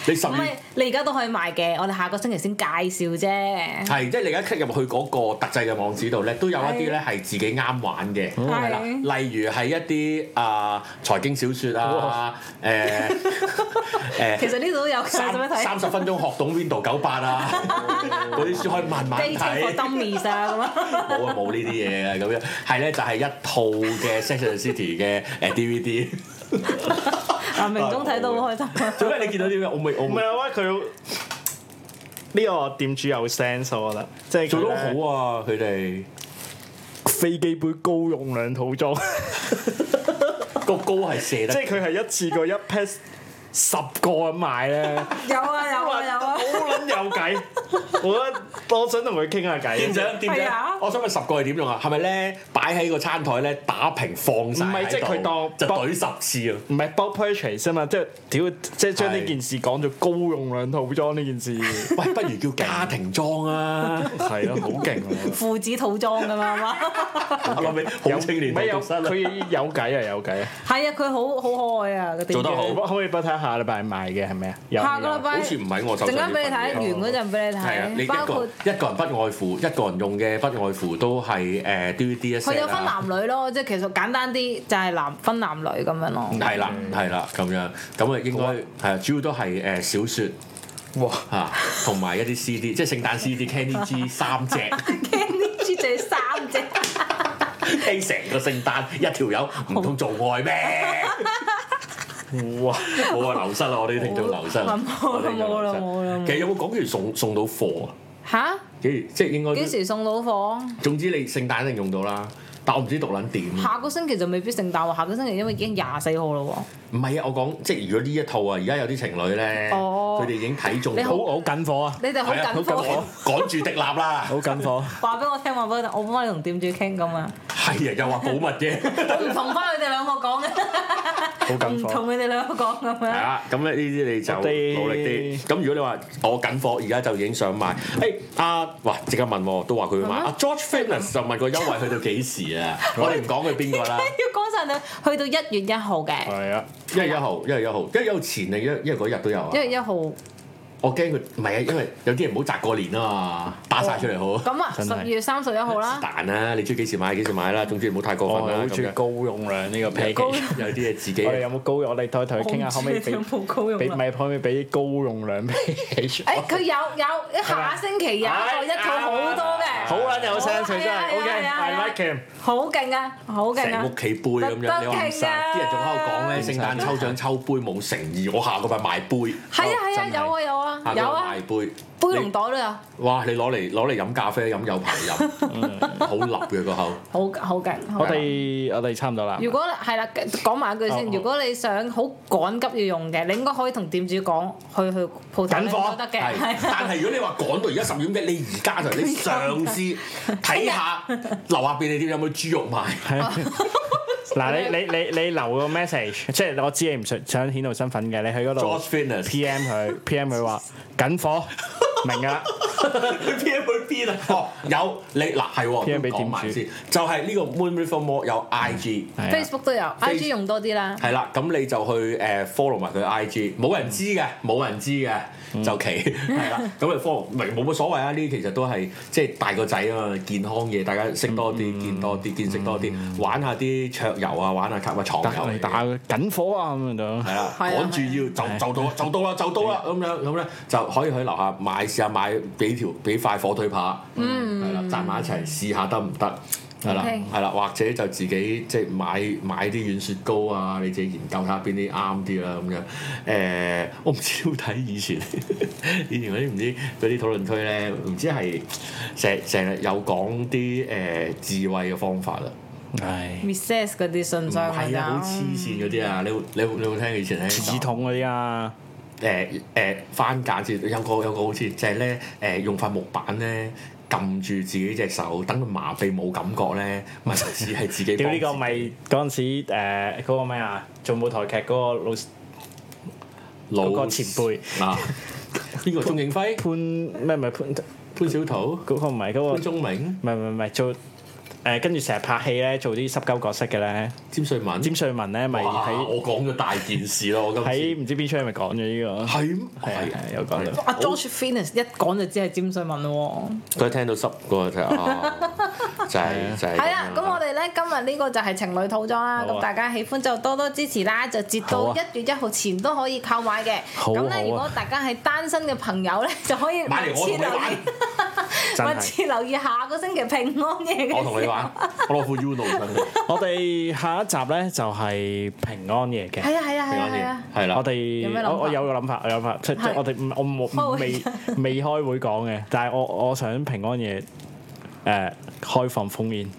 S2: 你十
S1: 啦。唔係
S2: 二。，
S1: 你而家都可以賣嘅，我哋下個星期先介紹啫。
S2: 係，即係你而家 click 入去嗰個特製嘅網址度咧，都有一啲咧係自己啱玩嘅，
S1: 嗯
S2: 係啦，例如係一啲啊、財經小説啊，
S1: [LAUGHS]
S2: 誒誒
S1: 哦其實呢度都有嘅，使
S2: 三
S1: 唔使
S2: 三
S1: 睇？
S2: 十分鐘學懂 Window 九八
S1: [LAUGHS]
S2: 啊，嗰啲書可以慢慢
S1: Dating for
S2: 睇。
S1: Dummies 啊咁啊，
S2: 冇啊，冇呢啲嘢嘅咁樣，係咧就係一套嘅 Sex and the City 嘅誒 DVD。
S1: 啊明總睇到好開心啊！
S2: 做咩你見到啲咩？我未我
S3: 唔
S2: 未
S3: 係啊，喂佢呢個店主有 sense，我覺得即係
S2: 做得好啊！佢哋
S3: 飛機杯高用量
S2: [LAUGHS]
S3: 套裝，
S2: 個高係射得
S3: 即係佢係一次過一 pack 十個咁買咧，
S1: 有啊 [LAUGHS] 有啊有啊
S3: 好！撚有計，我覺得我想同佢傾下偈
S2: 店。長，店
S1: 係啊
S2: 長，我想問十個係點用啊？係咪咧擺喺個餐台咧打平放晒
S3: 唔係
S2: 喺
S3: 即係佢
S2: 度
S3: 當
S2: 就懟十
S3: [LAUGHS]
S2: 次啊！
S3: 唔係 bulk purchase 啊嘛，即係屌，即係將呢件事講做高用量套裝呢件事，
S2: 喂，不如叫家庭裝
S3: [LAUGHS]
S2: 啊！
S3: 係咯，好勁喎！
S1: 父子套裝咁啊嘛， [LAUGHS]
S2: 我咪好青年
S3: 唔係有
S2: 讀室啦
S3: 佢有計啊，有計啊！
S1: 係啊，佢好好可愛啊！嗰啲
S2: 做得好
S3: 可唔可以不睇下禮拜賣嘅係咪啊？有
S1: 下個禮
S3: 有
S1: 拜
S2: 好似唔喺我手
S1: 陣
S2: 上
S1: 間
S2: 呢份嘢。
S1: 俾你睇，完嗰陣俾你
S2: 係啊，你
S1: 睇，
S2: 一
S1: 包括
S2: 個一個人不外乎，一個人用嘅不外乎都係誒 DVD 一 set 啊
S1: 佢有分
S2: 啦
S1: 男女咯，即係其實簡單啲就係男分男女咁樣咯。
S2: 嗯係啦，係啦，咁樣咁啊，應該係啊主要都係誒小説
S3: 哇！
S2: 嚇，同埋一啲 CD，即係聖誕 CD、Candy G 三隻
S1: Candy G 就係三隻，
S2: ，A 成個聖誕一條友唔通做愛咩？
S3: 哇！
S2: 冇啊，流失啦！我哋啲聽眾流失啦，
S1: 冇
S2: 我
S1: 啦
S2: 哋就
S1: 冇啦
S2: 流失
S1: 冇啦
S2: 其實有冇講完送送到貨啊？
S1: 吓？
S2: 幾時即係應
S1: [LAUGHS]
S2: 該
S1: 幾
S2: 都，
S1: 時送到貨？
S2: 總之你聖誕一定用到啦。但我唔知讀撚點。
S1: 下個星期就未必聖誕喎，下個星期因為已經廿四號咯
S2: 唔係啊，我講即係如果呢一套啊，而家有啲情侶咧，
S1: 哦
S2: 佢哋已經睇中
S1: 你
S2: 到
S3: 好好緊火啊！
S1: 喎，你哋好
S2: 係啊
S1: 緊
S2: 趕
S1: 貨，
S2: 趕住迪立啦，
S3: 好緊火，
S1: 話俾我聽，話俾我聽，我幫你同店主傾咁啊，
S2: 係啊，又話保密嘅，
S1: 我唔同翻佢哋兩個講
S3: 好
S1: 嘅，唔
S3: 緊
S1: 同
S3: 火。
S1: 佢哋兩個講咁
S2: 係
S1: 樣。
S2: 啊，咁咧呢啲你就
S3: 我哋
S2: 努力啲。咁如果你話我緊貨，而家就已經想買，誒阿哎啊哇即刻問喎，都話佢要買。
S1: 係咩
S2: 阿 George Fitness 就問個優惠去到幾
S1: [LAUGHS]
S2: 時啊？我哋唔講佢邊個啦，
S1: 要講晒你，去到一月一號嘅，
S3: 係啊，
S2: 一月一號，一月一號，一月一號前定一一月嗰日都有啊
S1: 一。月一號
S2: 我驚佢唔係啊，因為有啲人唔好擲過年啊嘛，打晒出嚟好。
S1: 咁啊，
S3: 真係
S1: 十月三十一號啦，
S2: 但啦，你中意幾時買幾時買啦，總之唔好太過
S3: 我
S2: 分
S1: 哦
S2: 啦
S3: 好
S2: 咁
S3: 中意
S2: 樣。
S3: 高用量呢個 p a
S1: 高
S3: c
S2: 有啲嘢自己
S3: 我哋有冇高？我哋再同佢傾下，可唔可
S1: 我
S3: 以俾
S1: 唔知有冇高用 [LAUGHS]
S3: 俾
S1: 量
S3: 咪可唔可以俾高用量
S1: 誒
S3: package？
S1: 佢有有下星期有一個一套好多嘅，
S3: 好撚有 sense 真
S1: 係啊
S3: 係
S1: 係啊係啊係啊
S3: ，OK，I like him。
S1: 好勁啊，好勁
S2: 成
S1: 啊
S2: 屋！企杯咁
S1: 不得
S2: 樣，你話唔
S1: 勁啊
S2: 散，啲人仲喺度講咧，聖誕抽獎抽杯冇誠意，我下個拜買杯，
S1: 係啊係啊
S3: 真係
S1: 有啊有
S2: 下
S1: 啊
S2: 個
S1: 有
S2: 拜
S1: 啊
S2: 買，杯，
S1: 杯龍袋都有，
S2: 哇！你攞嚟攞嚟飲咖啡飲有排飲，好立嘅個口。
S1: 好好勁。好
S3: 我
S1: 勁
S3: 哋我哋差唔多啦。
S1: 如果係啦，講埋一句先。
S3: 好好
S1: 如果你想好趕急要用嘅，你應該可以同店主講，去去鋪頭
S3: 緊貨
S1: 都得嘅。
S2: 係，
S1: 係啊
S2: 但係如果你話趕到而家十點嘅，你而家就你嘗試睇下樓下便利店有冇豬肉賣，
S3: 嗱，你你你你留個 message，即係我知你唔想想顯露身份嘅，你去嗰
S2: George
S3: 度
S2: Fitness
S3: PM 佢，PM 佢話緊火，明㗎啦。
S2: [LAUGHS] P M 去邊啊？哦，有你嗱係喎，
S3: PM 俾
S2: 講埋
S3: 店主
S2: 先，就係呢個 Moon River Mall 有 I G。
S3: 係啊
S1: Facebook 都有，IG 用多啲啦。
S2: 係啦，咁你就去誒 follow 埋佢 IG，冇人知嘅，冇人知嘅就奇係啦。咁你 follow 咪冇乜所謂啊？呢啲其實都係即係大個仔啊嘛，健康嘢大家識多啲，見多啲，見識多啲，玩下啲桌遊啊，玩下卡啊床
S3: 打
S2: 遊。
S3: 打緊火啊咁樣就。
S2: 係啦，
S1: 係啊
S2: 趕住要就就到就到啦，就到啦咁樣咁咧就可以去樓下買試下買幾條幾塊火腿扒，係啦，紮埋一齊試下得唔得？係啦
S1: OK，
S2: 係啦，或者就自己即係買買啲軟雪糕啊，你自己研究下邊啲啱啲啦咁樣。誒、我唔知點睇以前， [LAUGHS] 以前嗰啲唔知嗰啲討論區咧，唔知係成成日有講啲誒智慧嘅方法啦。
S3: 係
S1: recess 嗰啲信箱㗎
S2: 係啊，好
S1: 咋
S2: 黐線嗰啲啊！你會你會你會聽佢以前喺
S3: 刺痛嗰啲啊，
S2: 誒誒番梘字有個有個好似就係咧誒用塊木板咧撳住自己隻手，等佢麻痹冇感覺咧，咪就只係自
S3: [LAUGHS]
S2: 己幫自己。
S3: 屌呢個咪嗰陣時誒嗰個咩啊，做舞台劇嗰個老
S2: 老
S3: 嗰個前輩
S2: [LAUGHS] 嗱，邊個鐘景輝、
S3: 潘咩咪潘嗰
S2: 潘小桃、
S3: 個唔係嗰個
S2: 潘。宗明、
S3: 唔係唔係唔係做誒，跟住成日拍戲咧，做啲濕鳩角色嘅咧，
S2: 詹瑞文。
S3: 詹瑞文咧咪
S2: 哇
S3: 喺
S2: 我講咗大件事咯，我今次
S3: 喺唔知邊出咪講咗呢個，
S2: 係
S3: 係啊
S2: 係
S3: 係啊有講到
S1: 阿 George Finnis 一講就知係詹瑞文咯
S2: 佢聽到濕個 [LAUGHS] 就哦，
S3: 啊
S2: 就係就係
S1: 喎，係啊啦，咁我哋咧今日呢個就係情侶套裝啦，
S3: 好啊
S1: 咁大家喜歡就多多支持啦，就截
S3: 好
S1: 到
S3: 啊
S1: 一月一號前都可以購買嘅。
S3: 好啊
S1: 咁
S3: 好啊
S1: 咧，如果大家係單身嘅朋友咧，就可以密
S2: 買嚟我
S1: 切
S2: 同你
S1: 留
S2: 玩
S1: 意，
S3: 真
S1: 密
S3: 係。
S1: 切留意下個星期平安夜嘅時候。
S2: 我同你玩，我攞副 Uno 等你，
S3: 我哋下一集咧就係平安夜嘅。
S1: 係啊係啊
S2: 平
S1: 係啊
S2: 安
S1: 係啊
S2: 夜！係啦，
S3: 我
S1: 有咩諗
S3: 哋
S1: 法
S3: 我我有個諗法，我有諗法，即即
S1: 係
S3: 我哋唔我冇
S1: 開會
S3: 未未開會講嘅，但係我我想平安夜誒開放封煙，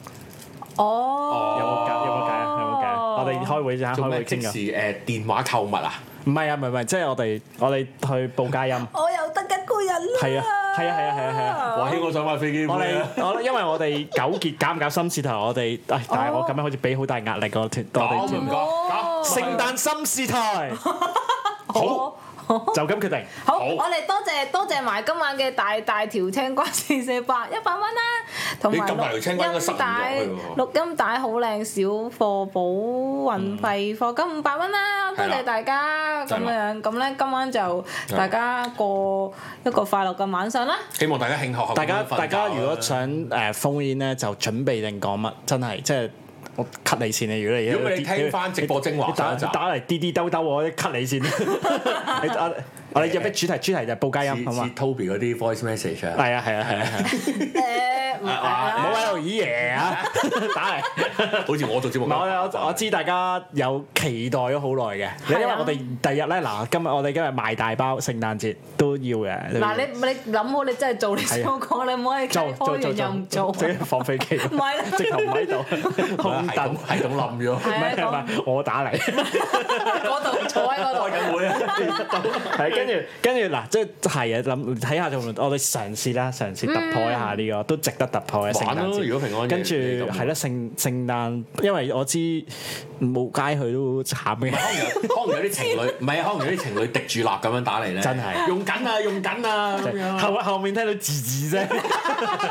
S3: 有
S1: 哦，
S3: 冇計？有冇計啊？有冇計啊？我哋開會先，
S2: 做
S3: 開
S2: 咩
S3: 會
S2: 即
S3: 傾
S2: 時
S3: 㗎。
S2: 誒電話購物啊？
S3: 唔係啊，唔係唔係，即係我哋我哋去報佳音。
S1: 我又得一個人啦。
S3: 係啊係啊係啊係啊係啊
S2: 哇！我想買飛機
S3: [LAUGHS] 我
S2: 杯
S3: 哋哦
S2: 啊！
S3: 我因為我哋糾結搞唔搞心事頭，我哋唉但係我咁樣好似俾好大壓力個團我
S2: 搞
S3: 哋
S2: 咪
S3: 團
S2: 唔
S3: 隊。
S2: 搞，搞
S1: 哦
S3: 聖誕心事台
S2: 好。
S3: [LAUGHS] 就咁決定，
S1: 好，
S2: 好
S1: 我哋多謝多謝埋今晚嘅大大條青瓜四四八一百蚊啦，同埋
S2: 你咁大條
S1: 錄
S2: 青瓜應該塞
S1: 音
S2: 唔落
S1: 帶
S2: 去喎
S1: 錄音帶好靚，小貨保運費課金五百蚊啦，多
S2: 係啦
S1: 謝大家咁
S2: 係啦
S1: 樣，咁咧今晚就
S2: 係
S1: 大家過一個快樂嘅晚上
S2: [LAUGHS]
S1: 啦，
S2: 希望大家慶學學，
S3: 大家
S2: 咁樣瞓覺啊
S3: 大家如果想誒封煙咧，就準備定講乜，真係即係我 cut 你線啊！如果你
S2: 如果你聽翻直播精華
S3: 你打
S2: 上一集
S3: 打嚟滴滴兜兜我 cut 你線，你我
S2: [LAUGHS]
S3: [LAUGHS] 我哋入咩主題？主題就係報佳音好
S2: 似
S3: 嘛
S2: 似？Toby 嗰啲 voice message 啊，
S3: 係啊係啊係啊係啊！
S1: 誒唔係
S3: 唔好
S1: 啦，
S3: 喺度咦耶
S2: [LAUGHS]
S3: 啊！打嚟。
S2: 好似我做節目
S3: 唔
S2: 咁
S3: 係我我我知大家有期待咗好耐嘅，因為
S1: 係啊
S3: 我哋第日咧嗱，今日我哋今日賣大包，聖誕節都要嘅。都要
S1: 嗱你你諗好你真係做你想
S3: 係啊
S1: 講，你唔
S2: [LAUGHS]
S1: 可以
S3: 做
S1: 開
S3: 做做
S1: 完又唔做，
S3: 做，即係放飛機，
S1: 唔係啦
S3: 直頭唔
S2: [LAUGHS]
S3: 喺度，空
S2: 係啊咁
S3: 凳。
S2: 係咁冧咗，
S3: 唔係
S1: 係
S3: 唔
S1: 啊，
S3: 係，我打嚟，
S1: 講嗰度坐喺嗰度。
S2: 開緊會啊！
S3: 係跟住跟住嗱，即係係啊，諗睇下做唔，我哋嘗試啦，嘗試突破一下呢個，都值得突破嘅聖
S2: 嗯玩
S3: 誕
S2: 咯，
S3: 節。
S2: 如果平安夜
S3: 跟住
S2: 你咁
S3: 係啦，聖聖誕，因為我知冇街去都慘
S2: 可能
S3: 嘅。
S2: 有可能有啲情侶，唔係啊，可能有啲情侶滴住蠟咁樣打嚟咧，
S3: 真係
S2: 用緊啊，用緊啊咁樣啊，
S3: 後後面聽到字
S2: [LAUGHS]
S3: 字啫，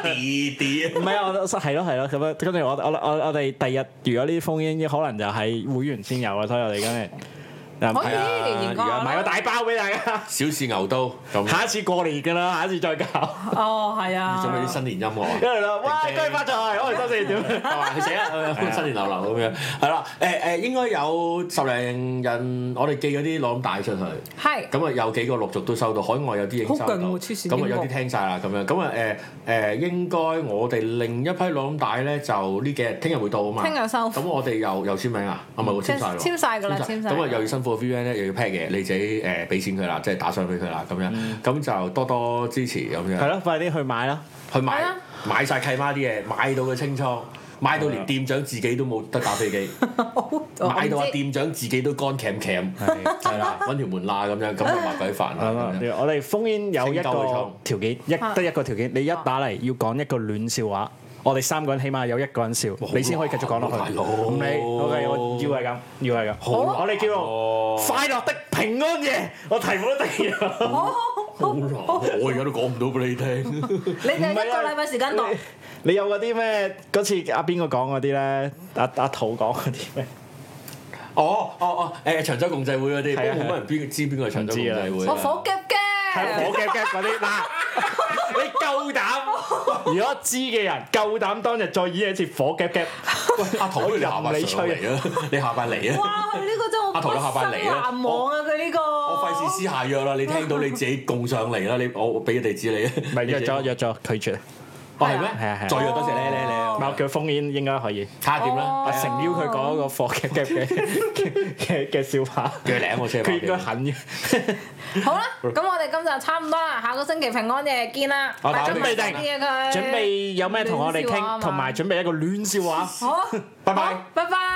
S2: 啲啲
S3: 唔係啊，我係咯係咯咁樣，跟住我我我我哋第日如果呢啲封煙可能就係會員先有啊，所以我哋今日嗱
S1: 可以
S3: 係啊
S1: 連
S2: 而
S1: 講
S2: 家
S3: 買個大包俾大家，
S2: 小試牛刀咁，
S3: 下一次過年㗎啦，下一次再搞，
S1: 哦，係啊，
S2: 準備啲新年音樂啊！
S3: 跟住啦，哇，恭喜發財，我哋多
S2: [LAUGHS]
S3: 謝點。
S2: 係嘛？佢寫啊，新年流流咁樣，係啦，誒誒，應該有十零人，我哋寄嗰啲攞咁帶出去，
S1: 係。
S2: 咁啊有幾個陸續都收到，海外有啲已經收
S1: 好
S2: 到，
S1: 勁喎黐線
S2: 咁啊有啲
S1: 英國
S2: 聽晒啦咁樣，咁啊誒誒，應該我哋另一批攞咁帶咧，就呢幾日聽日會到啊嘛，
S1: 聽日收
S2: 咁我哋又又簽名啊，啊唔係喎
S1: 即
S2: 簽
S1: 係
S2: 晒
S1: 簽晒
S2: 喎，
S1: 㗎啦簽晒
S2: 咁啊又要辛苦個 VN 咧，又要 pack 嘢，你自己誒俾錢佢啦，即係打賞俾佢啦咁樣，
S1: 嗯
S2: 咁就多多支持咁樣
S3: 係。咯，快啲去買啦！
S2: 去買
S1: 係啊
S2: 買晒契媽啲嘢，買到嘅清倉，買到連店長自己都冇得打
S1: [LAUGHS]
S2: 飛機，
S1: 哦
S2: 買到啊店長自己都乾鉗鉗，係 [LAUGHS] 啦，揾條門罅咁樣，咁就麻鬼煩
S3: 係
S2: 啦
S3: 嘛。啊我哋封煙有一
S2: 請夠佢
S3: 個
S2: 衝
S3: 條件，一
S1: 啊
S3: 得一個條件，你一打嚟要講一個暖笑話，我哋三個人起碼有一個人笑，你先可以繼續講落
S2: 啊大
S3: 去。
S2: 佬
S3: 唔理，OK，我要係咁，要係咁。好
S1: 啊
S3: 我哋叫做
S2: 哦
S3: 快樂的平安夜，我題目都定咗。
S2: 好難， [LAUGHS] 我而家都講唔到俾你聽。
S1: 你哋一
S3: 唔係啊
S1: 個禮拜時間度，
S3: 你你有嗰啲咩？嗰次阿邊個講嗰啲咧？阿阿土講嗰啲咩？
S2: 哦哦哦，誒長洲共濟會嗰啲，
S3: 係啊
S2: 不過冇乜人邊知邊個係長洲共濟會
S1: 我
S2: 啊。
S1: 火夾
S3: 係
S1: 嘅，
S3: 我嘅嘅嗰
S1: [LAUGHS]
S3: 啲嗱，你夠膽？如果知嘅人夠膽當日再演一次火夾夾，
S2: 喂，阿桃，你下拜上嚟啊！你下拜嚟啊！
S1: 哇！佢呢個真係
S2: 阿桃你下班嚟啊
S1: 難忘啊！佢呢個
S2: 我
S1: 我
S2: 費事私下約啦，你聽到你自己供上嚟啦，你我我俾個地址你啊。
S3: 唔係
S2: 你
S3: 約
S2: 自己
S3: 咗約咗拒絕。
S2: 哦係咩？
S3: 係啊係啊
S2: 再約多謝咧咧咧。
S1: 哦
S3: 唔係佢封煙應該可以。
S2: 睇下點啦。
S1: 哦
S3: 我誠邀佢講嗰個貨嘅嘅嘅嘅嘅笑話，
S2: 佢舐我車牌
S3: 佢應該
S2: 嘅
S3: 肯嘅。
S1: 好啦，咁我哋今集差唔多啦，下個星期平安夜見啦。
S3: 我
S1: 大家
S3: 準備定
S1: 小心啲啊佢
S3: 準備有咩同我哋
S1: 亂笑話啊
S3: 傾，
S1: 嘛
S3: 同埋準備一個亂笑話。
S1: 好，
S2: 拜拜
S1: 好，拜拜。